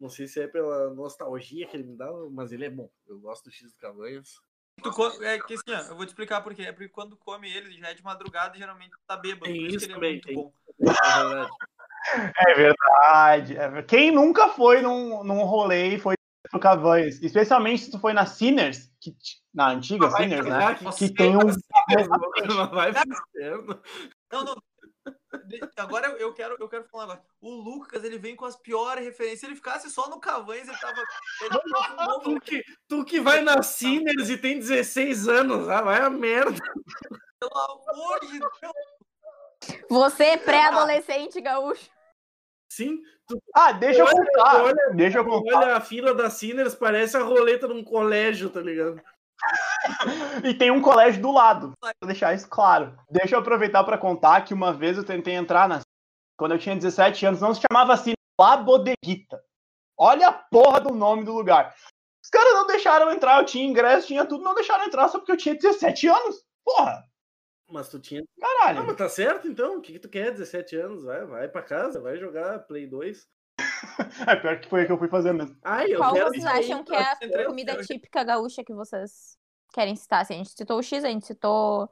Speaker 1: Não sei se é pela nostalgia que ele me dá, mas ele é bom. Eu gosto do X do Cavanhas.
Speaker 3: Tu co- É que assim, ó, eu vou te explicar por quê. É porque quando come ele, já é de madrugada e geralmente tá bêbado.
Speaker 1: Tem
Speaker 3: por
Speaker 1: isso
Speaker 3: isso que ele
Speaker 1: também,
Speaker 3: é muito
Speaker 1: tem.
Speaker 3: bom.
Speaker 1: É verdade.
Speaker 2: É verdade. é ver- Quem nunca foi num, num rolê e foi pro Cavanhas? Especialmente se tu foi na Sinners, que t- na antiga
Speaker 1: Ah,
Speaker 2: Sinners, né?
Speaker 1: cagar,
Speaker 2: Que tem um.
Speaker 1: Mas né? vai pro inferno.
Speaker 3: Não, não. De- Agora eu- eu quero, eu quero falar agora. O Lucas, ele vem com as piores referências. Se ele ficasse só no Cavães, ele tava. um Ele aprofundou,
Speaker 1: Tu que, tu que vai na Sinners e tem 16 anos, ah, vai a merda.
Speaker 3: pelo amor de Deus.
Speaker 4: Você, pré-adolescente gaúcho.
Speaker 1: Sim,
Speaker 2: Ah, deixa eu
Speaker 1: Olha,
Speaker 2: contar.
Speaker 1: olha,
Speaker 2: Deixa eu contar.
Speaker 1: olha a fila da Sinners, parece a roleta num colégio, tá ligado?
Speaker 2: E tem um colégio do lado. Pra deixar isso claro. Deixa eu aproveitar pra contar que uma vez eu tentei entrar na. Quando eu tinha 17 anos, não se chamava assim La Bodeguita. Olha a porra do nome do lugar. Os caras não deixaram eu entrar, eu tinha ingresso, tinha tudo, não deixaram eu entrar só porque eu tinha 17 anos. Porra,
Speaker 1: Mas tu tinha. Ah,
Speaker 2: caralho.
Speaker 1: mas tá certo então? O que, que tu quer? 17 anos? Vai, vai pra casa, vai jogar Play 2.
Speaker 2: É pior que foi o que eu fui fazer mesmo.
Speaker 1: Ai, eu
Speaker 4: Qual
Speaker 1: quero
Speaker 4: vocês
Speaker 1: isso aí,
Speaker 4: acham que
Speaker 1: tá
Speaker 4: é a
Speaker 3: Entre-
Speaker 4: comida típica gaúcha que vocês querem citar? Assim, a gente citou o X, a gente citou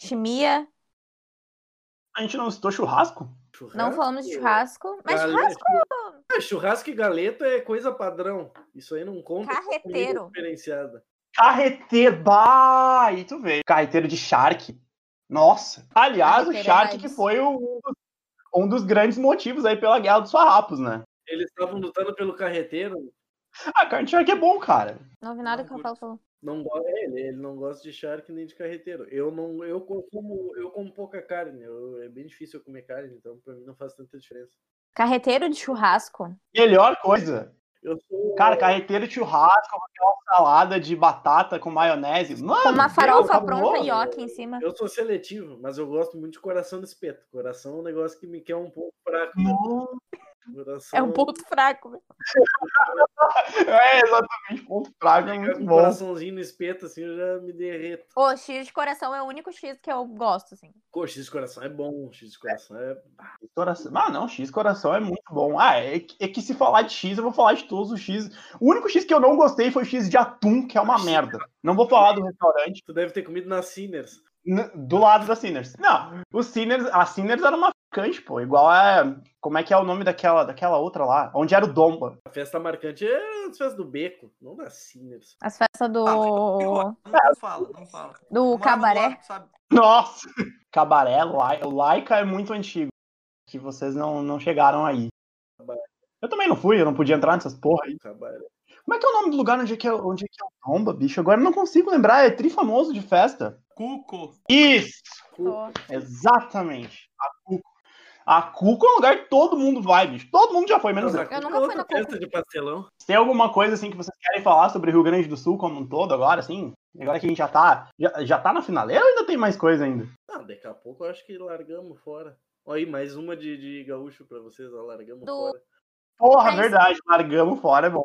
Speaker 4: chimia,
Speaker 2: A gente não citou churrasco?
Speaker 1: certo.
Speaker 4: não falamos de churrasco, mas
Speaker 1: Galera,
Speaker 4: churrasco
Speaker 1: Ah, churrasco e galeta é coisa padrão. Isso aí não conta. como comida
Speaker 4: carreteiro.
Speaker 1: Diferenciada.
Speaker 2: Carreteiro, bah! Aí tu vê. Carreteiro de Shark. Nossa. Aliás, o
Speaker 4: Carreteiro
Speaker 2: Shark
Speaker 4: vibes.
Speaker 2: que foi o- um dos, um dos grandes motivos aí pela guerra dos farrapos, né?
Speaker 1: Eles estavam lutando pelo carreteiro.
Speaker 2: Ah, carne de Shark é bom, cara.
Speaker 4: Não ouvi nada
Speaker 3: Não
Speaker 4: que o Rafael falou.
Speaker 1: Não gosta ele, ele não gosta de charque nem de carreteiro. Eu não, eu consumo, eu como pouca carne. eu- é bem difícil eu comer carne, então pra mim não faz tanta diferença.
Speaker 4: Carreteiro de churrasco.
Speaker 2: Melhor coisa.
Speaker 1: Eu sou.
Speaker 2: Cara, carreteiro de churrasco, aquela salada de batata com maionese. Mano,
Speaker 4: Com uma
Speaker 2: Deus,
Speaker 4: farofa
Speaker 2: acabou.
Speaker 4: pronta e oca em cima.
Speaker 1: Eu sou seletivo, mas eu gosto muito de coração de espeto. Coração é um negócio que me quer um pouco fraco. né?
Speaker 2: Nossa,
Speaker 1: Coração,
Speaker 4: É um ponto fraco. meu.
Speaker 2: É, exatamente. Ponto fraco é
Speaker 1: ficar com
Speaker 2: muito
Speaker 1: um
Speaker 2: bom.
Speaker 1: coraçãozinho no espeto, assim, eu já me derreto.
Speaker 4: O X de coração é o único X que eu gosto, assim.
Speaker 1: Pô, X de coração é bom, X de coração é.
Speaker 2: Coração. Ah, não, X coração é muito bom. Ah, é que, é que se falar de X, eu vou falar de todos os X. O único X que eu não gostei foi o X de atum, que é uma merda. Não vou falar do restaurante.
Speaker 1: Tu deve ter comido na Sinners.
Speaker 2: N- Do lado da Sinners. Não, o Sinners, a Sinners era uma ficante, pô. Igual a. Como é que é o nome daquela, daquela outra lá? Onde era o Domba?
Speaker 1: A festa marcante é as festas do beco, não da Sinners.
Speaker 4: As festas do.
Speaker 3: Ah, Não fala, não fala.
Speaker 4: do
Speaker 3: Mora
Speaker 4: cabaré.
Speaker 3: bloco, sabe?
Speaker 2: Nossa! Cabaré, Lai- Laika é muito antigo. Que vocês não, não chegaram aí. Eu também não fui, eu não podia entrar nessas porra aí.
Speaker 1: Cabaré.
Speaker 2: Como é que é o nome do lugar onde é que é, onde é, que é o Domba, bicho? Agora eu não consigo lembrar, é trifamoso de festa.
Speaker 3: Cuco.
Speaker 2: Isso!
Speaker 4: Tô.
Speaker 2: Exatamente. A Cuco. A Cuco é um lugar que todo mundo vai, bicho. Todo mundo já foi, menos eu.
Speaker 1: Mas a
Speaker 4: Eu nunca
Speaker 1: Cuca é
Speaker 4: fui na
Speaker 1: outra festa de pastelão.
Speaker 2: Tem alguma coisa assim que vocês querem falar sobre o Rio Grande do Sul como um todo agora, assim? Agora que a gente já tá. Já, já tá na finaleira ou ainda tem mais coisa ainda?
Speaker 1: Ah, daqui a pouco eu acho que largamos fora. Olha aí, mais uma de, de gaúcho pra vocês, ó, largamos
Speaker 4: Do-
Speaker 1: fora.
Speaker 2: Porra,
Speaker 4: Mas-
Speaker 2: verdade, largamos fora, é bom.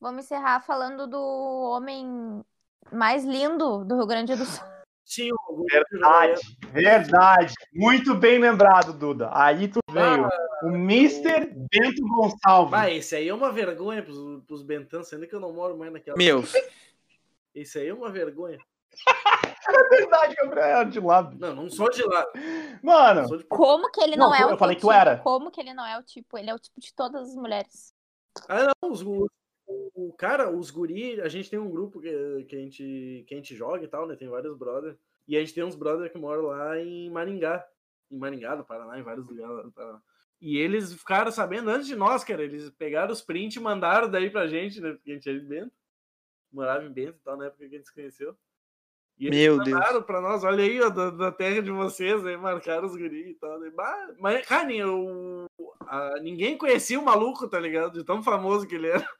Speaker 4: Vamos encerrar falando do homem mais lindo do Rio Grande do Sul.
Speaker 1: Tinha o Augusto
Speaker 2: Verdade, verdade. Muito bem lembrado, Duda. Aí tu veio. O Mr. Bento Gonçalves.
Speaker 1: Vai, esse aí é uma vergonha pros, pros Bentan, sendo que eu não moro mais naquela.
Speaker 3: Meus.
Speaker 1: Esse aí é uma vergonha.
Speaker 2: É verdade, Gabriel, de lá.
Speaker 1: Não, não sou de lá.
Speaker 2: Mano,
Speaker 1: Sou de... Porto-
Speaker 4: Como que ele não,
Speaker 2: Não,
Speaker 4: é
Speaker 2: eu
Speaker 4: o teu
Speaker 2: falei que tu
Speaker 4: tipo?
Speaker 2: era.
Speaker 4: Como que ele não é o tipo? Ele é o tipo de todas as mulheres.
Speaker 1: Ah, não, os, gu- o, cara, os guri, a gente tem um grupo que, que, a gente, que a gente joga e tal, né? Tem vários brothers. E a gente tem uns brothers que moram lá em Maringá. Em Maringá, do Paraná, em vários lugares lá do Paraná. E eles ficaram sabendo antes de nós, cara. Eles pegaram os prints e mandaram daí pra gente, né? Porque a gente era de Bento. Morava em Bento e tal, na época que a gente se conheceu. E eles
Speaker 3: Meu Deus.
Speaker 1: mandaram pra nós, olha aí, ó, da, da terra de vocês, aí marcaram os guri e tal. Né? Bah, Mas, cara, eu, a- ninguém conhecia o maluco, tá ligado? De tão famoso que ele era.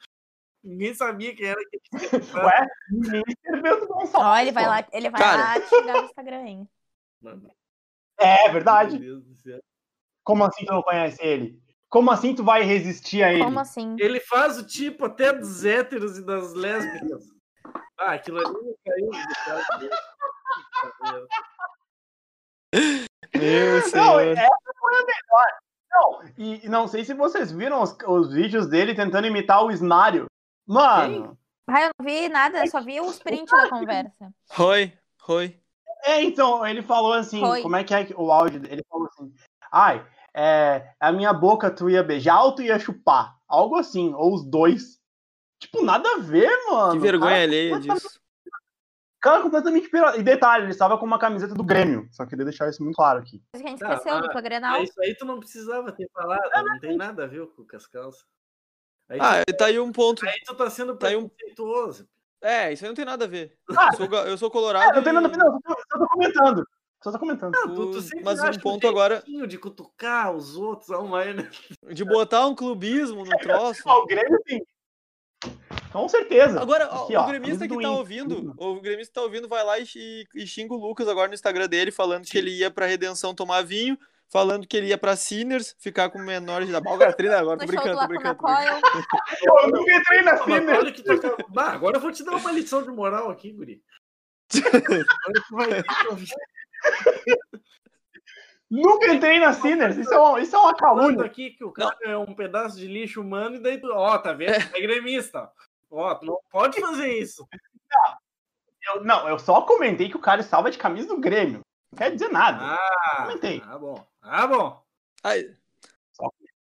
Speaker 1: Ninguém sabia quem era. aquele cara.
Speaker 2: ué, Mr. Bento Gonçalves.
Speaker 4: Ó, ele vai
Speaker 2: pô.
Speaker 4: lá, ele vai
Speaker 3: Cara.
Speaker 4: lá te xingar no Instagram, hein?
Speaker 1: Mano,
Speaker 2: É verdade.
Speaker 1: meu Deus do céu.
Speaker 2: Como assim tu não conhece ele? Como assim tu vai resistir a ele?
Speaker 4: Como assim?
Speaker 1: Ele faz o tipo até dos héteros e das lésbicas. Ah, aquilo ali não caiu do céu, meu Deus.
Speaker 2: Não, é.
Speaker 3: Meu senhor.
Speaker 2: essa foi a melhor. Não, e e não sei se vocês viram os, os vídeos dele tentando imitar o Snário. Mano,
Speaker 4: Ah, eu não vi nada, eu só vi os prints da conversa.
Speaker 3: Oi, oi.
Speaker 2: é, então, ele falou assim,
Speaker 4: Foi.
Speaker 2: como é que é que- o áudio dele? Ele falou assim, ai, é, a minha boca tu ia beijar ou tu ia chupar? Algo assim, ou os dois. Tipo, nada a ver, mano. Ah,
Speaker 3: Que vergonha
Speaker 2: Cara,
Speaker 3: alheia
Speaker 2: completamente-
Speaker 3: disso.
Speaker 2: Cara, completamente pirado. E detalhe, ele estava com uma camiseta do Grêmio. Só queria deixar isso muito claro aqui.
Speaker 4: Mas que a gente
Speaker 1: Tá,
Speaker 4: esqueceu,
Speaker 1: ah,
Speaker 4: dupla Grenal.
Speaker 1: Ah, isso aí tu não precisava ter falado, não tem nada a ver com as calças. Aí,
Speaker 3: Ah, tá aí um ponto.
Speaker 1: tu, aí tu tá sendo
Speaker 3: tá aí um-
Speaker 1: preconceituoso.
Speaker 3: É, isso aí não tem nada a ver.
Speaker 2: Ah.
Speaker 3: Eu sou, ga- eu sou
Speaker 2: Ah,
Speaker 3: colorado.
Speaker 2: não tem nada a
Speaker 3: e-
Speaker 2: ver, não, só tô, só tô comentando. Só tô comentando.
Speaker 1: Não, tu- tu sempre
Speaker 3: Mas um
Speaker 1: acha
Speaker 3: ponto agora-
Speaker 1: jeitinho De cutucar os outros, ó, mas, né?
Speaker 3: De botar um clubismo no troço.
Speaker 2: Ah, o Grêmio sim. Com certeza.
Speaker 3: Agora, ó,
Speaker 2: Aqui,
Speaker 3: o
Speaker 2: ó,
Speaker 3: gremista
Speaker 2: tudo
Speaker 3: que tá
Speaker 2: em-
Speaker 3: ouvindo, o gremista que tá ouvindo vai lá e, chi- e xinga o Lucas agora no Instagram dele, falando que ele ia pra Redenção tomar vinho, falando que ele ia pra Sinners ficar com menores de idade. Ó, cara, treina agora, tô
Speaker 4: No show do
Speaker 3: brincando, tô
Speaker 4: Lacuna
Speaker 3: brincando. tô
Speaker 4: Coil.
Speaker 2: Pô, eu nunca entrei na
Speaker 1: Ah, mas
Speaker 2: Cinder.
Speaker 1: olha que tu acabou- Bah, agora eu vou te dar uma lição de moral aqui, Guri. Agora tu vai ter que ouvir
Speaker 2: Nunca entrei na Sinners. Isso é uma, isso é uma
Speaker 3: né?
Speaker 1: falando
Speaker 2: calúnia.
Speaker 1: aqui que o cara é um pedaço de lixo humano e daí tu. Ó, tá vendo? É gremista. Ó, tu não pode fazer isso.
Speaker 2: Eu- não, eu só comentei que o cara estava de camisa do Grêmio. Não quer dizer nada.
Speaker 1: Ah,
Speaker 2: Comentei. É
Speaker 1: tá bom. Ah, bom.
Speaker 3: Ai,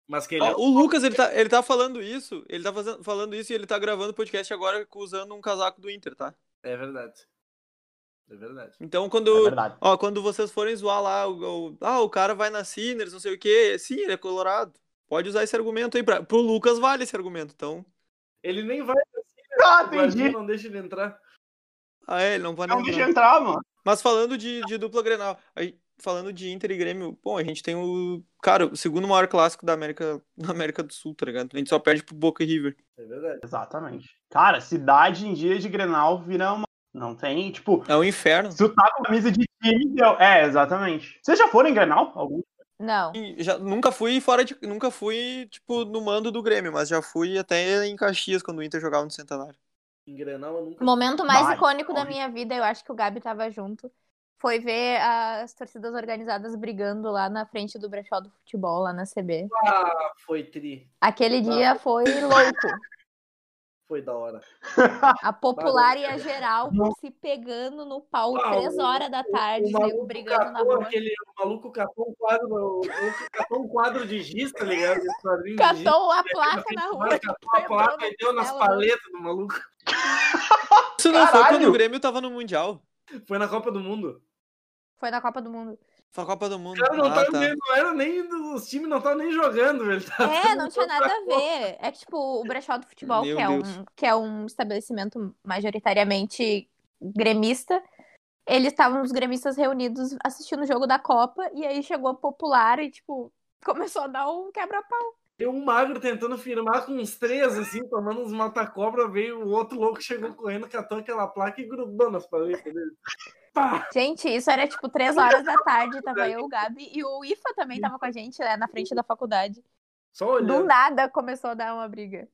Speaker 1: Mas que ele
Speaker 3: ó,
Speaker 1: é um
Speaker 3: o Lucas, ele tá, ele tá falando isso, ele tá fazendo- falando isso e ele tá gravando podcast agora usando um casaco do Inter, tá?
Speaker 1: É verdade. É verdade.
Speaker 3: Então,
Speaker 2: É
Speaker 3: quando,
Speaker 2: verdade.
Speaker 3: ó, quando vocês forem zoar lá, o, o- ah, o cara vai na Sinners, não sei o quê, sim, ele é colorado. Pode usar esse argumento aí, pra, pro Lucas vale esse argumento, então...
Speaker 1: Ele nem vai
Speaker 2: Ah,
Speaker 1: o Guardinha
Speaker 2: entendi.
Speaker 1: não deixa ele entrar.
Speaker 3: Ah, é, ele não vai
Speaker 2: Não
Speaker 3: nem
Speaker 2: Então, deixa
Speaker 3: entrar.
Speaker 2: entrar, mano.
Speaker 3: Mas falando de, de dupla Grenal, aí, falando de Inter e Grêmio, bom, a gente tem o. Cara, o segundo maior clássico da América, da América do Sul, tá ligado? A gente só perde pro Boca e River.
Speaker 1: É verdade.
Speaker 2: Exatamente. Cara, cidade em dia de Grenal vira uma. Não tem, tipo,
Speaker 3: É um inferno.
Speaker 2: se tu tá com camisa de time, deu. É, exatamente. Vocês já foram em Grenal? Algum?
Speaker 4: Não.
Speaker 3: E Já, nunca fui fora de. Nunca fui, tipo, no mando do Grêmio, mas já fui até em Caxias quando o Inter jogava no Centenário.
Speaker 1: Em Grenal eu nunca.
Speaker 4: Momento mais
Speaker 2: Vai,
Speaker 4: icônico da
Speaker 2: corre.
Speaker 4: minha vida, eu acho que o Gabi tava junto. Foi ver as torcidas organizadas brigando lá na frente do brechó do futebol, lá na CB.
Speaker 1: Ah, foi tri.
Speaker 4: Aquele dia foi louco.
Speaker 1: Foi da hora.
Speaker 4: A popular e a geral se pegando no pau
Speaker 1: Ah,
Speaker 4: três
Speaker 1: o-
Speaker 4: horas da tarde, os nego É brigando na
Speaker 1: catou
Speaker 4: rua.
Speaker 1: aquele, o maluco catou um quadro, o maluco catou um quadro de giz, tá ligado? Esse quadrinho de giz.
Speaker 4: Catou a placa na
Speaker 1: Catou
Speaker 4: rua.
Speaker 1: a placa e deu nas
Speaker 4: Ela-
Speaker 1: paletas do maluco.
Speaker 3: Isso não foi
Speaker 2: Caralho!
Speaker 3: quando o Grêmio tava no Mundial.
Speaker 1: Foi na Copa do Mundo.
Speaker 4: Foi na Copa do Mundo.
Speaker 3: Foi a Copa do Mundo.
Speaker 1: O cara não,
Speaker 3: Ah,
Speaker 1: tava nem, não era nem. do- Os times não estavam nem jogando, velho.
Speaker 4: É, não tinha nada a ver. É que, tipo, o brechó do futebol, que
Speaker 3: Meu
Speaker 4: é,
Speaker 3: Deus.
Speaker 4: um, que é um estabelecimento majoritariamente gremista, eles estavam os gremistas reunidos assistindo o jogo da Copa, e aí chegou a popular e, tipo, começou a dar um quebra-pau.
Speaker 1: Tem um magro tentando firmar com uns três, assim, tomando uns mata-cobra, veio o outro louco, chegou correndo, catou aquela placa e grudou nas paletas dele. Pá!
Speaker 4: Gente, isso era, tipo, três horas da tarde, tava eu, o Gabi, e o IFA também tava com a gente, né, na frente da faculdade.
Speaker 1: Só
Speaker 4: Do
Speaker 1: olhando.
Speaker 4: nada começou a dar uma briga.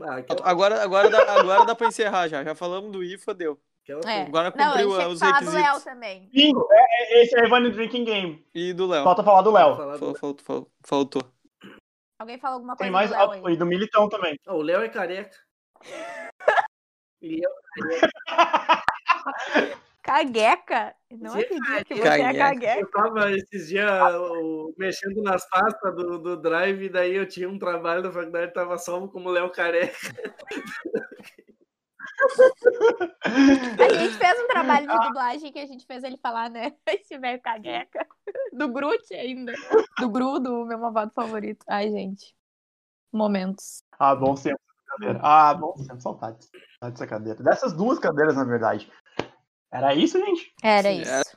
Speaker 1: Ah,
Speaker 3: tá.
Speaker 1: aquela,
Speaker 3: Agora, agora, dá, agora dá pra encerrar já. Já falamos do IFA, deu.
Speaker 1: aquela
Speaker 4: É.
Speaker 3: Agora
Speaker 4: Não, a
Speaker 3: cumpriu
Speaker 4: gente tinha que
Speaker 3: os
Speaker 4: falar do
Speaker 3: requisitos.
Speaker 4: Léo também.
Speaker 2: Bingo! É, é- esse é o Evandro Drinking Game.
Speaker 3: E do Léo.
Speaker 2: Falta falar do
Speaker 1: foi
Speaker 2: Léo.
Speaker 1: falada.
Speaker 3: Fal- fal- fal- Faltou.
Speaker 4: Alguém falou alguma coisa
Speaker 2: Tem mais.
Speaker 4: do Léo aí?
Speaker 2: E do Militão também.
Speaker 1: Ah, o Léo é careca. E eu
Speaker 4: Cagueca? Não
Speaker 1: Sim,
Speaker 4: acredito que você é
Speaker 3: cagueca.
Speaker 4: cagueca.
Speaker 1: eu tava esses dias o- mexendo nas pastas do, do Drive, daí eu tinha um trabalho da faculdade, tava salvo como Léo Careca.
Speaker 4: A gente fez um trabalho
Speaker 2: Ah.
Speaker 4: de dublagem que a gente fez ele falar, né? Esse velho cagueca. Do Groot ainda. Do Gru, do meu malvado favorito. Ai, gente. Momentos.
Speaker 2: Ah, bom sempre essa cadeira. Ah, bom sempre. Saudades. Saudades dessa cadeira. Dessas duas cadeiras, na verdade. Era isso, gente?
Speaker 4: Era
Speaker 3: Sim, era.
Speaker 4: isso.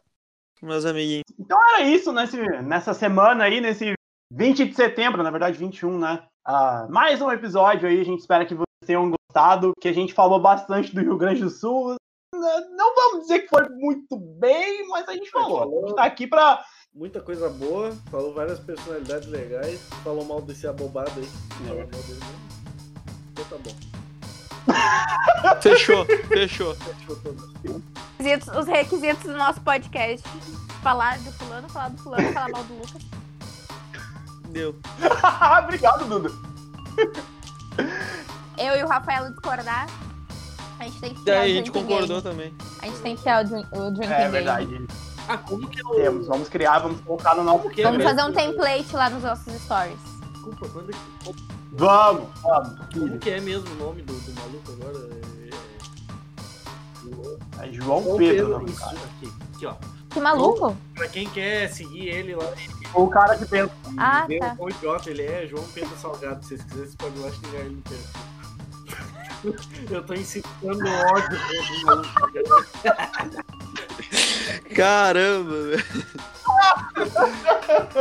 Speaker 3: Meus amiguinhos.
Speaker 2: Então era isso nesse, nessa semana aí, nesse 20 de setembro, na verdade 21, né? Ah, mais um episódio aí, a gente espera que vocês tenham gostado, que a gente falou bastante do Rio Grande do Sul. N- Não vamos dizer que foi muito bem, mas a gente falou. A gente tá aqui pra.
Speaker 1: Muita coisa boa, falou várias personalidades legais, falou mal desse abobado aí. Falou mal dele mesmo. Então tá bom.
Speaker 3: Fechou, fechou.
Speaker 1: Fechou tudo.
Speaker 4: Requisitos- Os requisitos do nosso podcast. Falar do fulano, falar do fulano, falar mal do Lucas.
Speaker 3: Deu.
Speaker 2: Obrigado, Duda.
Speaker 4: Eu e o Rafael discordar. A gente tem que
Speaker 3: E
Speaker 4: tirar
Speaker 3: aí,
Speaker 4: o
Speaker 3: a gente
Speaker 4: drinking
Speaker 3: concordou
Speaker 4: game.
Speaker 3: também.
Speaker 4: A gente tem que tirar o, drink, o drinking
Speaker 2: É
Speaker 4: game.
Speaker 2: verdade.
Speaker 1: Ah, como que é o.
Speaker 2: Temos, vamos criar, vamos colocar no nosso.
Speaker 1: Como que é
Speaker 4: Vamos
Speaker 1: mesmo?
Speaker 4: fazer um template lá nos nossos stories.
Speaker 1: Desculpa, quando é que-
Speaker 2: Vamos, vamos.
Speaker 1: Como
Speaker 2: filho.
Speaker 1: que é mesmo o nome do, do maluco agora? É-
Speaker 2: É João
Speaker 1: João
Speaker 2: Pedro, não,
Speaker 1: isso,
Speaker 2: cara.
Speaker 1: aqui, aqui, ó.
Speaker 4: Que maluco.
Speaker 1: Pra quem quer seguir ele lá,
Speaker 2: O cara que pensa.
Speaker 4: Ah,
Speaker 1: ver
Speaker 4: tá.
Speaker 1: o quão idiota ele é, João Pedro Salgado. Se vocês quiserem, vocês podem ir lá xingar é ele no perfil. Eu tô incitando ódio. pro maluco.
Speaker 3: Caramba, velho.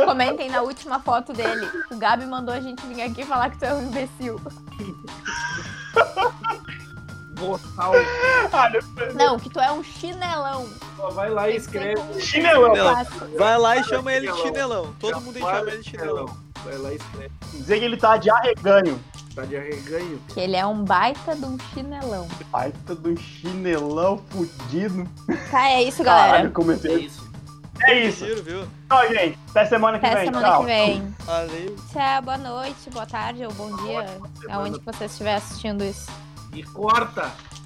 Speaker 4: Comentem na última foto dele. O Gabi mandou a gente vir aqui falar que tu é um imbecil.
Speaker 1: Boçal.
Speaker 2: Ah, meu
Speaker 4: Não, que tu é um chinelão.
Speaker 1: Só vai lá e escreve.
Speaker 2: Chinelão.
Speaker 4: um Clássico.
Speaker 3: Vai lá e chama ele de
Speaker 1: Chinelão.
Speaker 3: chinelão. Todo mundo chama ele de chinelão.
Speaker 1: é, Vai lá e escreve.
Speaker 2: Dizer que ele tá de arreganho.
Speaker 1: Tá de arreganho.
Speaker 4: Que ele é um baita de um chinelão.
Speaker 2: Baita tá do chinelão fudido.
Speaker 4: Tá, é isso, galera.
Speaker 2: Caralho, comecei.
Speaker 1: É isso.
Speaker 2: É isso.
Speaker 3: Giro, viu?
Speaker 2: Tchau, gente. Até semana que
Speaker 4: Até
Speaker 2: vem.
Speaker 4: semana
Speaker 2: Tchau.
Speaker 4: que vem.
Speaker 3: Valeu.
Speaker 4: Tchau, boa É noite, boa tarde ou bom dia. Aonde que você estiver assistindo isso.
Speaker 1: E corta.